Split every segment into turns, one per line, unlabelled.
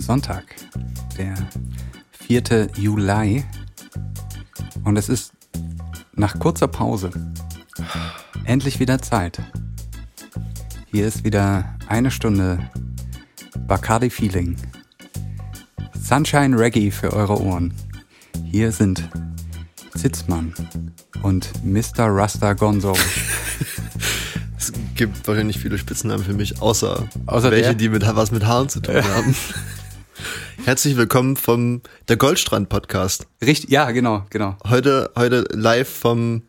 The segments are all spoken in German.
Sonntag, der 4. Juli. Und es ist nach kurzer Pause endlich wieder Zeit. Hier ist wieder eine Stunde Bacardi Feeling. Sunshine Reggae für eure Ohren. Hier sind Zitzmann und Mr. Rasta Gonzo.
Es gibt wahrscheinlich viele Spitznamen für mich, außer,
Außer
welche,
der?
die mit, was mit Haaren zu tun haben. Herzlich willkommen vom der Goldstrand Podcast.
Richtig, ja, genau, genau.
Heute, heute live vom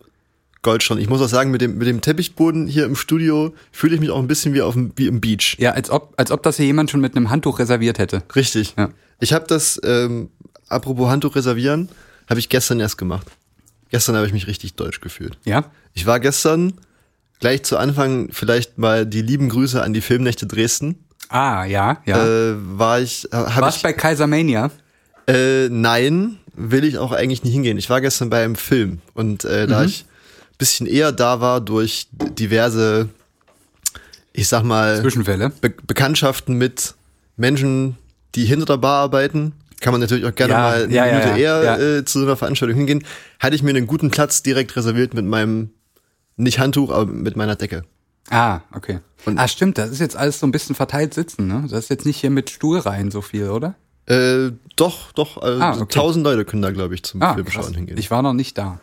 Goldstrand. Ich muss auch sagen, mit dem, mit dem Teppichboden hier im Studio fühle ich mich auch ein bisschen wie auf dem, wie im Beach.
Ja, als ob, als ob das hier jemand schon mit einem Handtuch reserviert hätte.
Richtig.
Ja.
Ich habe das, ähm, apropos Handtuch reservieren, habe ich gestern erst gemacht. Gestern habe ich mich richtig deutsch gefühlt.
Ja?
Ich war gestern gleich zu Anfang vielleicht mal die lieben Grüße an die Filmnächte Dresden.
Ah, ja, ja.
Äh, war ich, habe
Warst
ich,
bei Kaisermania?
äh, nein, will ich auch eigentlich nicht hingehen. Ich war gestern bei einem Film und äh,
Mhm.
da ich ein bisschen eher da war durch diverse, ich sag mal,
Zwischenfälle.
Be Bekanntschaften mit Menschen, die hinter der Bar arbeiten, kann man natürlich auch gerne
Ja,
mal eine
ja, ja,
Minute
ja,
eher
ja.
Äh, zu so einer Veranstaltung hingehen, hatte ich mir einen guten Platz direkt reserviert mit meinem, nicht Handtuch, aber mit meiner Decke.
Ah, okay.
Und-
ah, stimmt, das ist jetzt alles so ein bisschen verteilt sitzen, ne? Das ist jetzt nicht hier mit Stuhl rein so viel, oder?
Äh, doch, doch, also
Ah, okay.
tausend Leute können da, glaube ich, zum
Ah,
Film
krass.
schauen hingehen.
ich war noch nicht da.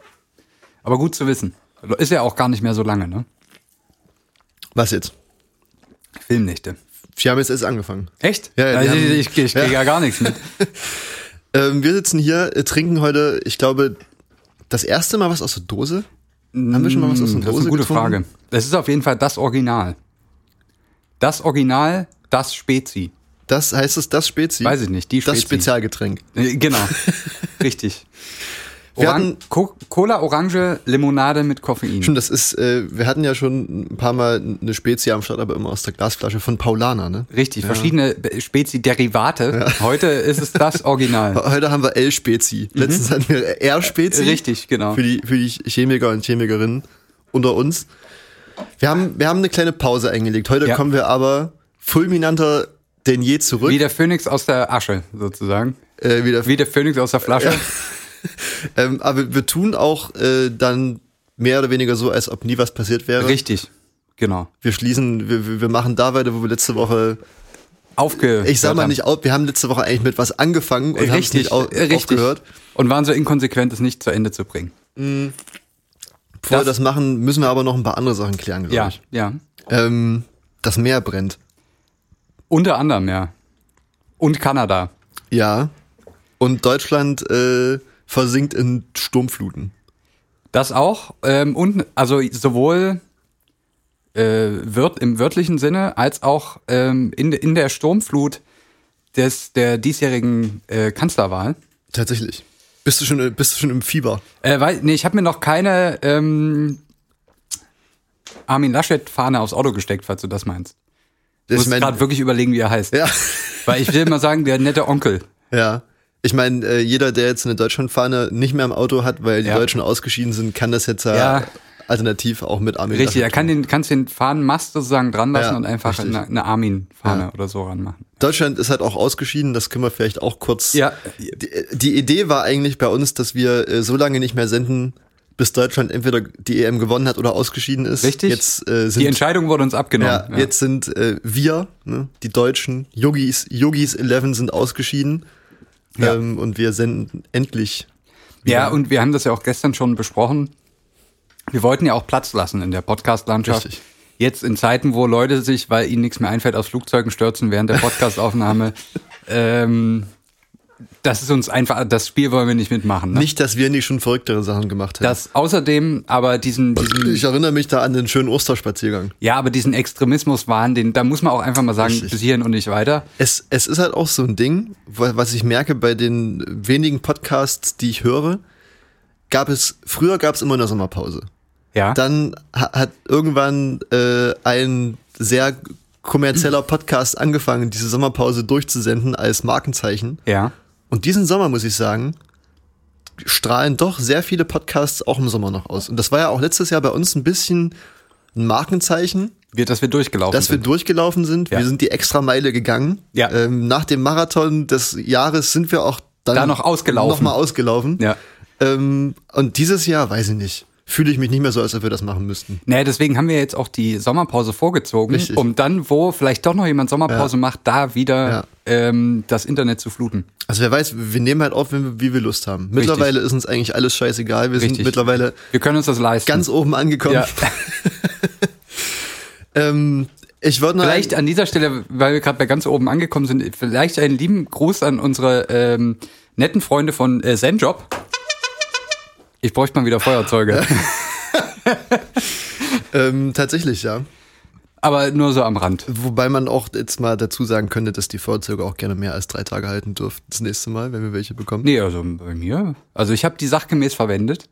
Aber gut zu wissen. Ist ja auch gar nicht mehr so lange, ne?
Was jetzt?
Filmnächte.
Wir haben jetzt erst angefangen.
Echt?
Ja, ja,
also,
die haben-
ich ich, ich krieg ja gar nichts mit.
Ähm, wir sitzen hier, äh, trinken heute, ich glaube, das erste Mal was aus der Dose? Haben wir schon mal was aus der Dose
Hm, Mm, Das ist eine gute
getrunken?
Frage. Das ist auf jeden Fall das Original. Das Original, das Spezi.
Das heißt es, das Spezi?
Weiß ich nicht, die
Das
Spezi.
Spezialgetränk.
Äh, Genau. Richtig.
Wir
Orang
hatten-
Co Cola Orange Limonade mit Koffein.
Stimmt, das ist, äh, wir hatten ja schon ein paar Mal eine Spezi am Start, aber immer aus der Glasflasche von Paulana, ne?
Richtig, verschiedene Spezi-Derivate. Heute ist es das Original.
Heute haben wir L-Spezi. Letztens hatten wir R-Spezi.
Mhm. Richtig, genau.
Für die, für die Chemiker und Chemikerinnen unter uns. Wir haben, wir haben eine kleine Pause eingelegt. Heute
Ja.
kommen wir aber fulminanter denn je zurück.
Wie der Phönix aus der Asche, sozusagen.
äh, wieder
Wie der Phönix aus der Flasche.
Ähm, aber wir tun auch äh, dann mehr oder weniger so, als ob nie was passiert wäre.
Richtig, genau.
Wir schließen, wir, wir- wir machen da weiter, wo wir letzte Woche,
Aufge.
ich sag mal nicht auf, wir haben letzte Woche eigentlich mit was angefangen und haben es
richtig,
nicht au
äh, richtig.
aufgehört.
Und waren so inkonsequent, es nicht zu Ende zu bringen.
Bevor wir
Das-
das machen, müssen wir aber noch ein paar andere Sachen klären, glaube
Ja,
ich.
ja.
Ähm, das Meer brennt.
Unter anderem, ja. Und Kanada.
Ja. Und Deutschland äh, versinkt in Sturmfluten.
Das auch. Ähm, und also sowohl äh, wird, im wörtlichen Sinne als auch ähm, in, in der Sturmflut des, der diesjährigen äh, Kanzlerwahl.
Tatsächlich. Bist du schon, bist du schon im Fieber?
Äh, weil, nee, ich habe mir noch keine ähm, Armin Laschet-Fahne aufs Auto gesteckt, falls du das meinst. Ich muss
Ich mein-
gerade wirklich überlegen, wie er heißt.
ja.
Weil ich will mal sagen, der nette Onkel.
Ja. Ich meine, äh, jeder, der jetzt eine Deutschlandfahne nicht mehr im Auto hat, weil die
Ja.
Deutschen ausgeschieden sind, kann das jetzt äh,
Ja.
alternativ auch mit Armin
Richtig, er
Laschet
kann den, kannst den Fahnenmast sozusagen dran lassen
Ja,
und einfach
richtig.
eine, eine Armin-Fahne oder so ranmachen.
machen. Deutschland ist halt auch ausgeschieden, das können wir vielleicht auch kurz.
Ja.
Die, die Idee war eigentlich bei uns, dass wir äh, so lange nicht mehr senden, bis Deutschland entweder die EM gewonnen hat oder ausgeschieden ist.
Richtig.
Jetzt äh,
Die
sind
Entscheidung wurde uns abgenommen.
ja, jetzt sind äh, wir, ne, die Deutschen, Yogis, Yogis 11 sind ausgeschieden.
Ja.
Ähm, und wir senden endlich.
Ja, und wir haben das ja auch gestern schon besprochen. Wir wollten ja auch Platz lassen in der Podcast-Landschaft.
Richtig.
Jetzt in Zeiten, wo Leute sich, weil ihnen nichts mehr einfällt, aus Flugzeugen stürzen während der Podcastaufnahme. ähm, das ist uns einfach, das Spiel wollen wir nicht mitmachen. Ne?
Nicht, dass wir nicht schon verrücktere Sachen gemacht hätten.
das außerdem, aber diesen, diesen
Ich erinnere mich da an den schönen Osterspaziergang.
ja, aber diesen Extremismuswahn, den, da muss man auch einfach mal sagen,
Richtig.
bis hierhin und nicht weiter.
Es, es ist halt auch so ein Ding, wa- was ich merke bei den wenigen Podcasts, die ich höre, gab es, früher gab es immer eine Sommerpause.
Ja.
Dann ha- hat irgendwann äh, ein sehr kommerzieller Podcast angefangen, diese Sommerpause durchzusenden als Markenzeichen.
ja.
Und diesen Sommer, muss ich sagen, strahlen doch sehr viele Podcasts auch im Sommer noch aus. Und das war ja auch letztes Jahr bei uns ein bisschen ein Markenzeichen.
Wir, dass wir durchgelaufen
dass wir
sind.
durchgelaufen sind.
Ja.
Wir sind die extra Meile gegangen.
Ja.
Ähm, nach dem Marathon des Jahres sind wir auch dann
Da noch ausgelaufen.
Noch mal ausgelaufen.
Ja.
Ähm, und dieses Jahr, weiß ich nicht, fühle ich mich nicht mehr so, als ob wir das machen müssten.
Nee, deswegen haben wir jetzt auch die Sommerpause vorgezogen,
Richtig.
um dann, wo vielleicht doch noch jemand Sommerpause macht, da wieder
Ja.
ähm, das Internet zu fluten.
Also wer weiß, wir nehmen halt auf, wenn wir, wie wir Lust haben. Mittlerweile ist uns eigentlich alles scheißegal. Wir
Richtig.
sind mittlerweile
Wir können uns das leisten.
ganz oben angekommen.
ja.
Ähm, ich würde noch
Vielleicht an dieser Stelle, weil wir gerade bei ganz oben angekommen sind, vielleicht einen lieben Gruß an unsere ähm, netten Freunde von äh, Zenjob. Ich bräuchte mal wieder Feuerzeuge.
ähm, tatsächlich, ja.
Aber nur so am Rand.
Wobei man auch jetzt mal dazu sagen könnte, dass die Vorzüge auch gerne mehr als drei Tage halten dürfen. Das nächste Mal, wenn wir welche bekommen.
Nee, also bei mir. Also ich habe die sachgemäß verwendet.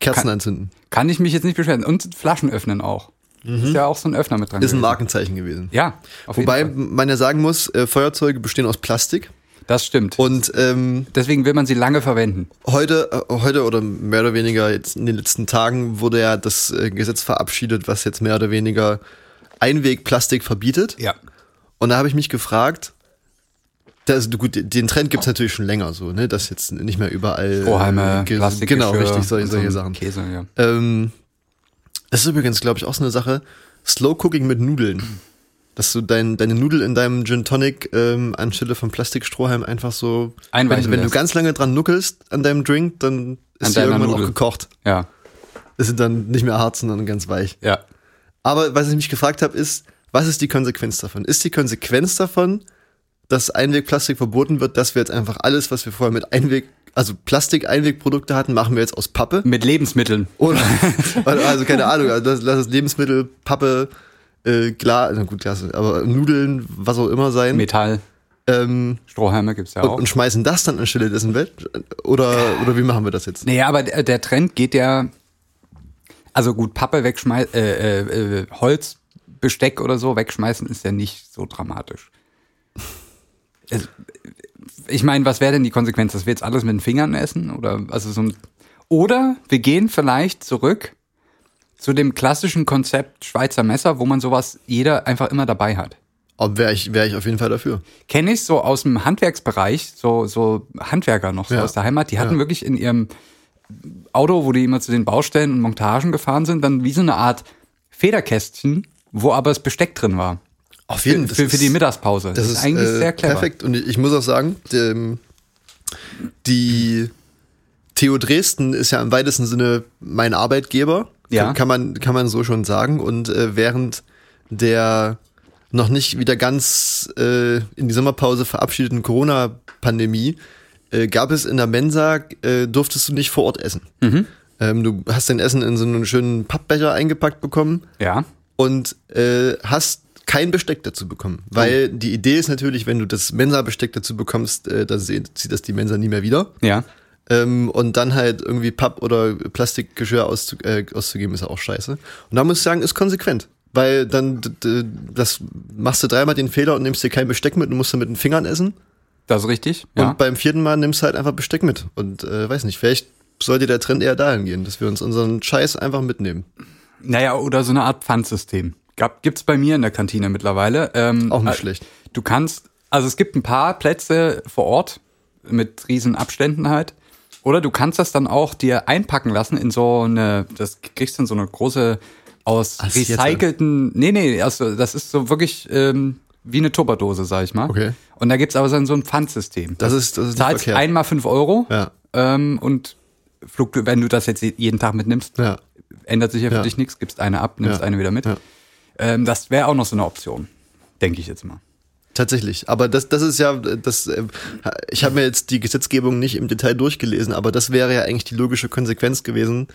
Kerzen anzünden.
Kann ich mich jetzt nicht beschweren. Und Flaschen öffnen auch. Ist ja auch so ein Öffner mit dran.
Mhm. Ist ein
gewesen.
Markenzeichen gewesen.
Ja, auf
Wobei
jeden Fall.
man ja sagen muss, äh, Feuerzeuge bestehen aus Plastik
Das stimmt.
und ähm,
Deswegen will man sie lange verwenden.
heute, äh, heute oder mehr oder weniger jetzt in den letzten Tagen wurde ja das äh, Gesetz verabschiedet, was jetzt mehr oder weniger Einwegplastik verbietet.
Ja.
Und da habe ich mich gefragt, das, gut, den Trend gibt's natürlich schon länger so, ne? Dass jetzt nicht mehr überall äh,
Strohhalme,
ge-
Plastik,
Genau, richtig, solche, solche Sachen.
Käse, ja.
Ähm, das ist übrigens, glaube ich, auch so eine Sache. Slow Cooking mit Nudeln. Dass du dein, deine Nudel in deinem Gin Tonic ähm, anstelle von Plastikstrohhalm einfach so.
Einweichen
wenn, wenn du
lässt.
ganz lange dran nuckelst an deinem Drink, dann
An
ist die
deiner
irgendwann
Nudel.
auch gekocht.
Ja,
Es sind dann nicht mehr hart, sondern ganz weich.
ja.
Aber was ich mich gefragt habe, ist, was ist die Konsequenz davon? Ist die Konsequenz davon, dass Einwegplastik verboten wird, dass wir jetzt einfach alles, was wir vorher mit Einweg, also Plastik-Einwegprodukte hatten, machen wir jetzt aus Pappe?
Mit Lebensmitteln.
Oder, oder- also keine Ahnung, also lass, lass es Lebensmittel, Pappe, äh, Glas, na gut, Glas, aber Nudeln, was auch immer sein.
Metall.
Ähm,
Strohhalme gibt's ja
und,
auch.
und schmeißen das dann anstelle dessen weg? Oder, oder wie machen wir das jetzt?
Naja, aber äh, der, der Trend geht ja, also gut, Pappe wegschmeißen, äh, äh, äh, Holzbesteck oder so wegschmeißen ist ja nicht so dramatisch. Es, ich meine, was wäre denn die Konsequenz, dass wir jetzt alles mit den Fingern essen? Oder, also so ein, oder wir gehen vielleicht zurück zu dem klassischen Konzept Schweizer Messer, wo man sowas jeder einfach immer dabei hat.
Ob wäre ich, wär ich auf jeden Fall dafür.
Kenne ich so aus dem Handwerksbereich, so, so Handwerker noch so
Ja.
aus der Heimat, die hatten wirklich in ihrem Auto, wo die immer zu den Baustellen und Montagen gefahren sind, dann wie so eine Art Federkästchen, wo aber das Besteck drin war.
Auf jeden
Für, für die Mittagspause. Das, ist, eigentlich
äh,
sehr clever.
Perfekt. Und ich muss auch sagen, ähm, die TU Dresden ist ja im weitesten Sinne mein Arbeitgeber.
Ja.
Kann- Kann man, kann man so schon sagen. Und äh, während der noch nicht wieder ganz äh, in die Sommerpause verabschiedeten Corona-Pandemie äh, gab es in der Mensa, äh, durftest du nicht vor Ort essen.
Mhm.
Ähm, du hast dein Essen in so einen schönen Pappbecher eingepackt bekommen
Ja.
und äh, hast kein Besteck dazu bekommen. Weil
Oh.
die Idee ist natürlich, wenn du das Mensa-Besteck dazu bekommst, äh, dann se- zieht das die Mensa nie mehr wieder.
Ja.
Ähm, und dann halt irgendwie Papp- oder Plastikgeschirr auszu äh, auszugeben, ist ja auch scheiße. Und da muss ich sagen, ist konsequent. Weil dann d- d- das machst du dreimal den Fehler und nimmst dir kein Besteck mit und musst dann mit den Fingern essen.
Das ist richtig. Ja.
Und beim vierten Mal nimmst du halt einfach Besteck mit. Und äh, weiß nicht, vielleicht sollte der Trend eher dahin gehen, dass wir uns unseren Scheiß einfach mitnehmen.
Naja, oder so eine Art Pfandsystem. Gab, gibt's bei mir in der Kantine mittlerweile. Ähm,
Auch nicht
äh,
schlecht.
Du kannst, also es gibt ein paar Plätze vor Ort mit riesen Abständen halt. Oder du kannst das dann auch dir einpacken lassen in so eine, das kriegst dann so eine große aus
Ach, jetzt
recycelten, nee, nee, also das ist so wirklich ähm, wie eine Tupperdose, sag ich mal.
Okay.
Und da gibt's aber dann so ein Pfandsystem.
Das ist, das ist nicht
zahlst
verkehrt.
einmal fünf Euro
Ja.
ähm, und flug, wenn du das jetzt jeden Tag mitnimmst,
Ja.
ändert sich ja für
Ja.
dich nichts, gibst eine ab, nimmst
Ja.
eine wieder mit.
Ja.
Ähm, das wäre auch noch so eine Option, denke ich jetzt mal.
Tatsächlich, aber das, das ist ja, das, äh, ich habe mir jetzt die Gesetzgebung nicht im Detail durchgelesen, aber das wäre ja eigentlich die logische Konsequenz gewesen,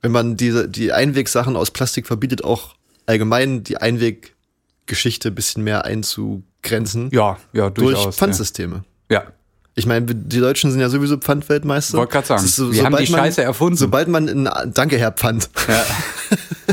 wenn man diese, die Einwegsachen aus Plastik verbietet, auch allgemein die Einweggeschichte ein bisschen mehr einzugrenzen
Ja, ja,
durch
durchaus.
Pfandsysteme.
ja. ja.
Ich meine, die Deutschen sind ja sowieso Pfandweltmeister.
Wollte grad sagen,
Es ist
wir haben
sobald
die Scheiße erfunden.
Sobald man in, danke Herr Pfand,
Ja.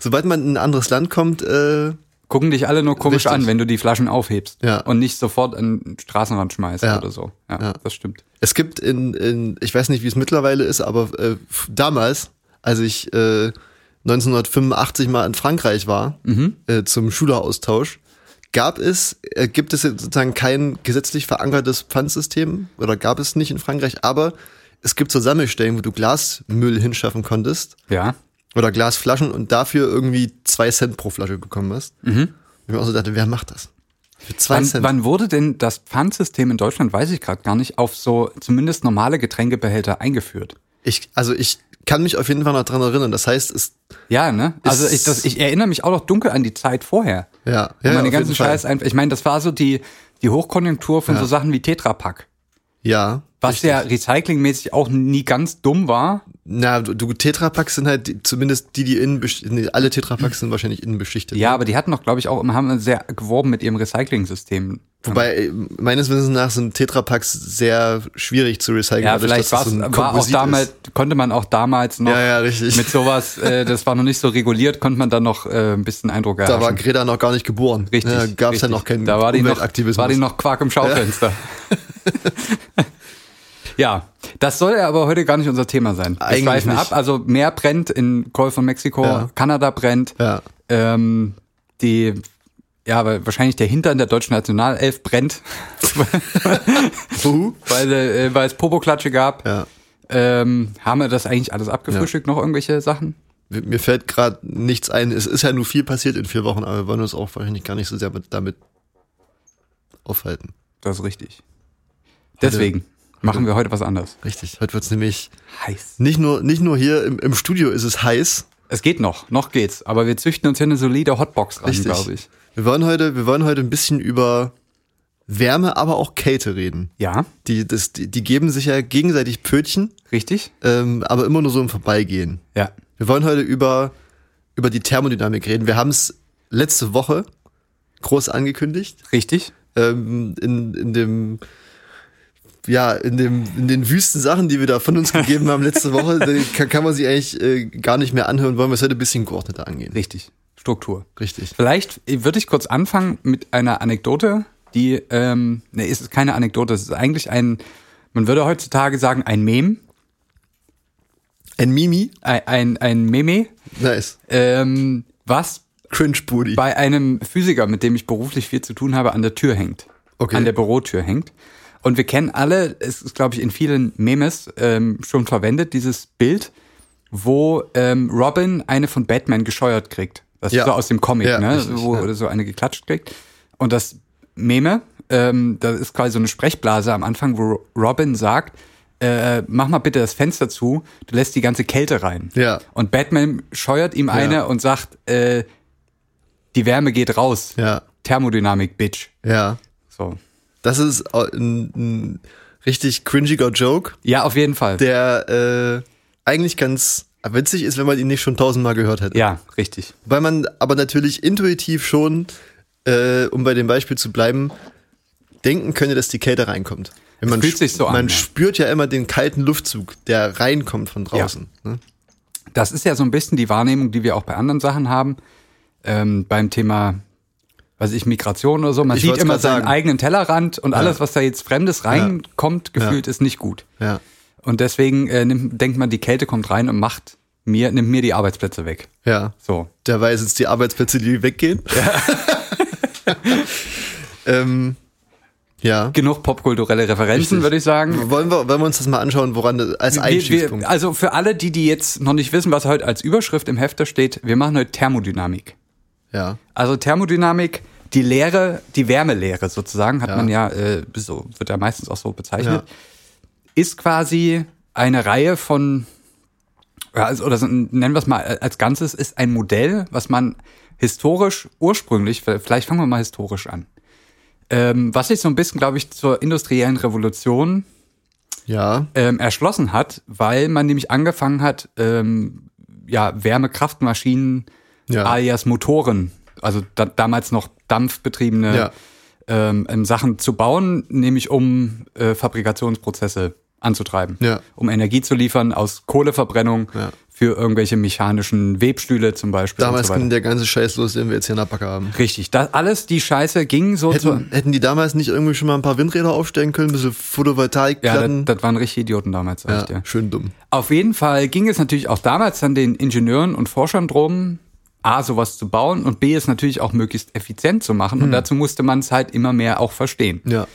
sobald man in ein anderes Land kommt, äh,
Gucken dich alle nur komisch
Richtig.
an, wenn du die Flaschen aufhebst
Ja.
und nicht sofort an den Straßenrand schmeißt
Ja.
oder so. Ja,
Ja.
das stimmt.
Es gibt in, in ich weiß nicht, wie es mittlerweile ist, aber äh, f- damals, als ich äh, 1985 mal in Frankreich war
Mhm.
äh, zum Schüleraustausch, gab es, äh, gibt es jetzt sozusagen kein gesetzlich verankertes Pfandsystem oder gab es nicht in Frankreich, aber es gibt so Sammelstellen, wo du Glasmüll hinschaffen konntest
Ja.
oder Glasflaschen und dafür irgendwie zwei Cent pro Flasche bekommen hast. Ich mir auch so dachte, wer macht das? Für
Mhm.
zwei
Wann,
Cent.
wann wurde denn das Pfandsystem in Deutschland, weiß ich gerade gar nicht, auf so zumindest normale Getränkebehälter eingeführt?
Ich, also ich kann mich auf jeden Fall noch dran erinnern. Das heißt, es,
Ja, ne? Also
Ist-
ich, das, ich erinnere mich auch noch dunkel an die Zeit vorher.
ja,
Wo
ja,
man
auf
den ganzen
jeden Fall.
Scheiß einfach. Ich meine, das war so die, die Hochkonjunktur von so Sachen wie Tetra Pak.
Ja.
Was ja recyclingmäßig auch nie ganz dumm war.
Na, du, du Tetrapacks sind halt die, zumindest die, die innen besch- nee, alle Tetrapacks sind wahrscheinlich innen beschichtet.
Ja, aber die hatten doch, glaube ich, auch haben sehr geworben mit ihrem Recycling-System.
Wobei äh, meines Wissens nach sind Tetrapacks sehr schwierig zu recyceln.
Ja,
dadurch,
vielleicht
dass das
war's,
so ein
war auch
Komposit
damals,
ist.
konnte man auch damals noch
Ja, ja, richtig.
mit sowas, äh, das war noch nicht so reguliert, konnte man dann noch äh, ein bisschen Eindruck
Da war
erhaschen.
Greta noch gar nicht geboren.
richtig.
Ja, gab
richtig.
es ja noch keinen
da war die noch,
Umweltaktivismus.
War die noch Quark im Schaufenster. Ja. das soll ja aber heute gar nicht unser Thema sein. Wir
Eigentlich
schweifen
nicht.
ab. Also Meer brennt in Golf von Mexiko,
Ja.
Kanada brennt.
Ja.
Ähm, die, ja, aber wahrscheinlich der Hintern der deutschen Nationalelf brennt,
Uhu.
weil, äh, weil es Popo-Klatsche gab.
Ja.
Ähm, haben wir das eigentlich alles abgefrühstückt? Noch irgendwelche Sachen?
Mir- Mir fällt gerade nichts ein. Es ist ja nur viel passiert in vier Wochen, aber wir wollen uns auch wahrscheinlich gar nicht so sehr mit- damit aufhalten.
Das ist richtig. Deswegen machen wir heute was anderes.
Richtig. Heute wird's nämlich
Heiß.
nicht nur, nicht nur hier im, im Studio ist es heiß,
Es geht noch, noch geht's. Aber wir züchten uns hier eine solide Hotbox ran,
Richtig.
glaube ich.
Wir wollen heute, wir wollen heute ein bisschen über Wärme, aber auch Kälte reden.
Ja,
Die, das, die, die geben sich ja gegenseitig Pötchen,
richtig?
ähm, aber immer nur so im Vorbeigehen.
Ja.
Wir wollen heute über, über die Thermodynamik reden. Wir haben es letzte Woche groß angekündigt,
Richtig?
ähm, in, in dem, ja, in dem, in den wüsten Sachen, die wir da von uns gegeben haben letzte Woche, da kann, kann man sie eigentlich äh, gar nicht mehr anhören, wollen wir es heute ein bisschen geordneter angehen.
Richtig. Struktur.
Richtig.
Vielleicht äh, würde ich kurz anfangen mit einer Anekdote, die, ähm, ne, es ist keine Anekdote, es ist eigentlich ein, man würde heutzutage sagen, ein Meme,
Ein Mimi,
ein, ein, ein Meme,
nice.
ähm, was
Cringe Booty.
bei einem Physiker, mit dem ich beruflich viel zu tun habe, an der Tür hängt.
Okay.
An der Bürotür hängt. Und wir kennen alle, es ist, glaube ich, in vielen Memes ähm, schon verwendet, dieses Bild, wo ähm, Robin eine von Batman gescheuert kriegt. Das
Ja.
ist so aus dem Comic,
Ja,
ne?
richtig,
wo
ja.
oder so eine geklatscht kriegt. Und das Meme, ähm, da ist quasi so eine Sprechblase am Anfang, wo Robin sagt, äh, mach mal bitte das Fenster zu, du lässt die ganze Kälte rein.
Ja.
Und Batman scheuert ihm eine und sagt, äh, die Wärme geht raus.
Ja,
Thermodynamik, Bitch.
ja.
So.
Das ist au- ein, ein richtig cringiger Joke,
Ja, auf jeden Fall.
der äh, eigentlich ganz witzig ist, wenn man ihn nicht schon tausendmal gehört hätte.
ja, richtig.
Weil man aber natürlich intuitiv schon, äh, um bei dem Beispiel zu bleiben, denken könnte, dass die Kälte reinkommt. Wenn man
fühlt sich so an,
man
ja.
spürt ja immer den kalten Luftzug, der reinkommt von draußen. Ne?
Das ist ja so ein bisschen die Wahrnehmung, die wir auch bei anderen Sachen haben. Ähm, beim Thema, weiß ich, Migration oder so. Man
Ich
sieht
wollt's
immer
grad
seinen
sagen.
eigenen Tellerrand und alles, was da jetzt Fremdes reinkommt, gefühlt ist nicht gut.
Ja,
Und deswegen äh, nimmt, denkt man, die Kälte kommt rein und macht mir, nimmt mir die Arbeitsplätze weg.
ja.
So.
Derweil sind es die Arbeitsplätze, die weggehen. Ja. ähm, ja.
Genug popkulturelle Referenzen,
Richtig.
würde ich sagen.
Wollen wir, wollen wir uns das mal anschauen, woran das als
Wir,
Einstiegspunkt.
wir, also für alle, die, die jetzt noch nicht wissen, was heute als Überschrift im Hefter steht, wir machen heute Thermodynamik.
ja.
Also Thermodynamik, die Lehre, die Wärmelehre sozusagen, hat man ja, äh, so wird ja meistens auch so bezeichnet, ist quasi eine Reihe von, ja, also, oder so, nennen wir es mal äh, als Ganzes, ist ein Modell, was man historisch ursprünglich, vielleicht fangen wir mal historisch an, ähm, was sich so ein bisschen, glaube ich, zur industriellen Revolution
Ja.
ähm, erschlossen hat, weil man nämlich angefangen hat, ähm, ja, Wärmekraftmaschinen
Ja.
alias Motoren, also da, damals noch dampfbetriebene
Ja.
ähm, ähm, Sachen zu bauen, nämlich um äh, Fabrikationsprozesse anzutreiben,
Ja.
um Energie zu liefern aus Kohleverbrennung
Ja.
für irgendwelche mechanischen Webstühle zum Beispiel.
Damals
und so
ging
weiter.
der ganze Scheiß los, den wir jetzt hier in der Backe haben.
Richtig, das, alles die Scheiße ging so zu...
Hätten, hätten die damals nicht irgendwie schon mal ein paar Windräder aufstellen können, ein bisschen
Ja,
Photovoltaikplatten?
das, das waren richtig Idioten damals, sag ich dir.
schön dumm.
Auf jeden Fall ging es natürlich auch damals an den Ingenieuren und Forschern drum, A, sowas zu bauen und B, es natürlich auch möglichst effizient zu machen. Und dazu musste man es halt immer mehr auch verstehen.
Hm. Ja.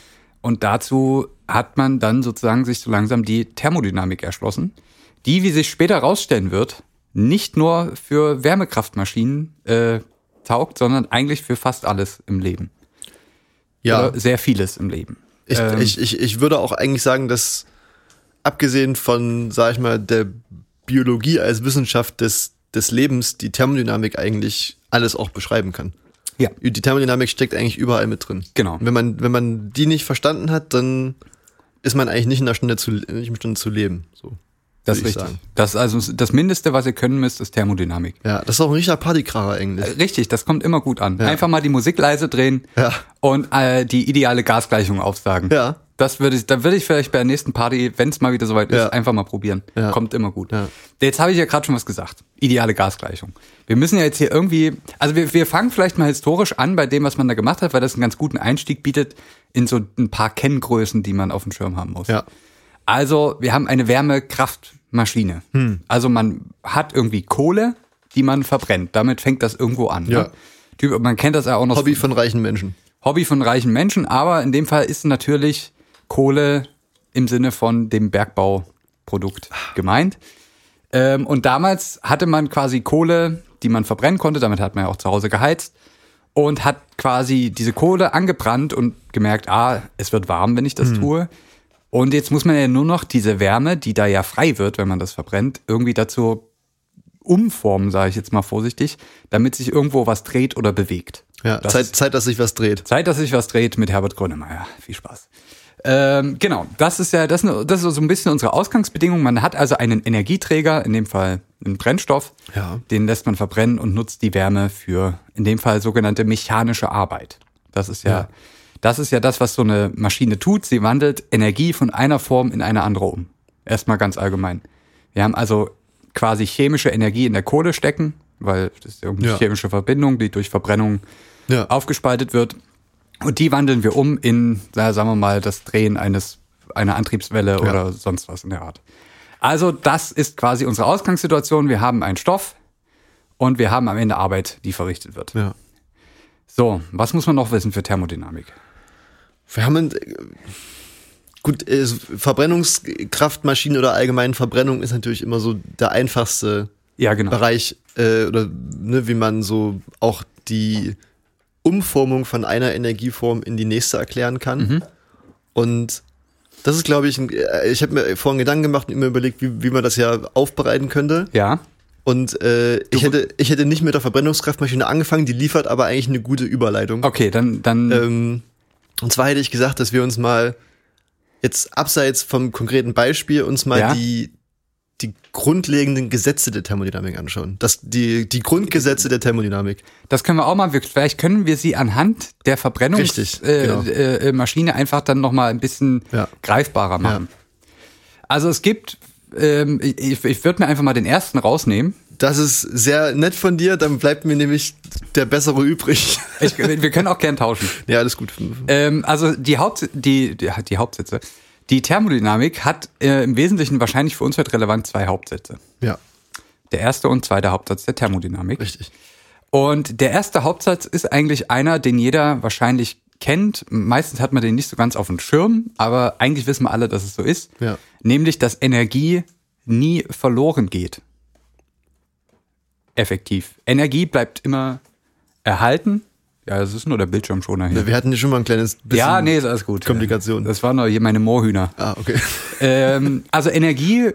Und dazu hat man dann sozusagen sich so langsam die Thermodynamik erschlossen, die, wie sich später rausstellen wird, nicht nur für Wärmekraftmaschinen äh, taugt, sondern eigentlich für fast alles im Leben.
Ja,
Oder ähm, sehr vieles im Leben.
ich, ich, ich, ich würde auch eigentlich sagen, dass abgesehen von, sag ich mal, der Biologie als Wissenschaft des, des Lebens, die Thermodynamik eigentlich alles auch beschreiben kann.
Ja.
Die Thermodynamik steckt eigentlich überall mit drin.
Genau.
Wenn man, wenn man die nicht verstanden hat, dann ist man eigentlich nicht in der Stunde zu, nicht in der Stunde zu leben. So.
Das ist
Würde ich
richtig.
sagen.
Das ist also das Mindeste, was ihr können müsst, ist Thermodynamik.
Ja, das ist auch ein richtiger Partykracher eigentlich.
Richtig, das kommt immer gut an. Einfach mal die Musik leise drehen
Ja.
und äh, die ideale Gasgleichung aufsagen.
Ja.
Das würde ich, da würde ich vielleicht bei der nächsten Party, wenn es mal wieder soweit
Ja.
ist, einfach mal probieren.
Ja.
Kommt immer gut.
Ja.
Jetzt habe ich ja gerade schon was gesagt. Ideale Gasgleichung. Wir müssen ja jetzt hier irgendwie, also wir, wir fangen vielleicht mal historisch an bei dem, was man da gemacht hat, weil das einen ganz guten Einstieg bietet in so ein paar Kenngrößen, die man auf dem Schirm haben muss.
Ja.
Also, wir haben eine Wärmekraftmaschine.
Hm.
Also, man hat irgendwie Kohle, die man verbrennt. Damit fängt das irgendwo an.
Ja.
Ne? Typ- Man kennt das ja auch noch.
Hobby von reichen Menschen.
Hobby von reichen Menschen, aber in dem Fall ist natürlich Kohle im Sinne von dem Bergbauprodukt gemeint. Ähm, und damals hatte man quasi Kohle, die man verbrennen konnte, damit hat man ja auch zu Hause geheizt und hat quasi diese Kohle angebrannt und gemerkt, ah, es wird warm, wenn ich
Hm.
das tue. Und jetzt muss man ja nur noch diese Wärme, die da ja frei wird, wenn man das verbrennt, irgendwie dazu umformen, sage ich jetzt mal vorsichtig, damit sich irgendwo was dreht oder bewegt.
Ja,
Das
Zeit, Zeit, dass sich was dreht.
Zeit, dass sich was dreht mit Herbert Grönemeyer. Viel Spaß. Ähm, genau, das ist ja das, ist eine- das ist so ein bisschen unsere Ausgangsbedingung. Man hat also einen Energieträger, in dem Fall einen Brennstoff,
Ja.
den lässt man verbrennen und nutzt die Wärme für in dem Fall sogenannte mechanische Arbeit. Das ist ja,
Ja.
das ist ja das, was so eine Maschine tut. Sie wandelt Energie von einer Form in eine andere um. Erstmal ganz allgemein. Wir haben also quasi chemische Energie in der Kohle stecken, weil das ist irgendeine
Ja.
chemische Verbindung, die durch Verbrennung
Ja.
aufgespaltet wird. Und die wandeln wir um in, na, sagen wir mal, das Drehen eines, einer Antriebswelle oder sonst was in der Art. Also das ist quasi unsere Ausgangssituation. Wir haben einen Stoff und wir haben am Ende Arbeit, die verrichtet wird.
Ja.
So, was muss man noch wissen für Thermodynamik?
Wir haben ein, äh, gut, äh, Verbrennungskraftmaschinen oder allgemein Verbrennung ist natürlich immer so der einfachste
Ja, genau.
Bereich äh, oder ne, wie man so auch die Umformung von einer Energieform in die nächste erklären kann. Und das ist, glaube ich, ein, äh, ich habe mir vorhin Gedanken gemacht und mir überlegt, wie, wie man das ja aufbereiten könnte.
Ja,
Und äh, ich, hätte, ich hätte nicht mit der Verbrennungskraftmaschine angefangen, die liefert aber eigentlich eine gute Überleitung.
okay, dann, dann
Ähm, und zwar hätte ich gesagt, dass wir uns mal jetzt abseits vom konkreten Beispiel uns mal
Ja.
die, die grundlegenden Gesetze der Thermodynamik anschauen. Das, die, die Grundgesetze der Thermodynamik.
das können wir auch mal, wir- vielleicht können wir sie anhand der
Richtig,
Verbrennungsmaschine
genau.
äh, äh, Maschine einfach dann nochmal ein bisschen
Ja.
greifbarer machen. Also es gibt, ähm, ich, ich würde mir einfach mal den ersten rausnehmen.
Das ist sehr nett von dir, dann bleibt mir nämlich der bessere übrig.
Ich, wir können auch gern tauschen.
ja, alles gut.
Ähm, also die, Haupt, die, die, die Hauptsätze. Die Thermodynamik hat äh, im Wesentlichen wahrscheinlich für uns wird relevant zwei Hauptsätze.
Ja,
Der erste und zweite Hauptsatz der Thermodynamik.
richtig.
Und der erste Hauptsatz ist eigentlich einer, den jeder wahrscheinlich kennt. Meistens hat man den nicht so ganz auf dem Schirm, aber eigentlich wissen wir alle, dass es so ist.
Ja.
Nämlich, dass Energie nie verloren geht. Effektiv. Energie bleibt immer erhalten. Ja, das ist nur der Bildschirmschoner hier.
Wir hatten hier schon mal ein kleines bisschen.
Ja, nee, ist alles gut.
Komplikation.
Das waren doch hier meine Moorhühner.
Ah, okay.
ähm, also Energie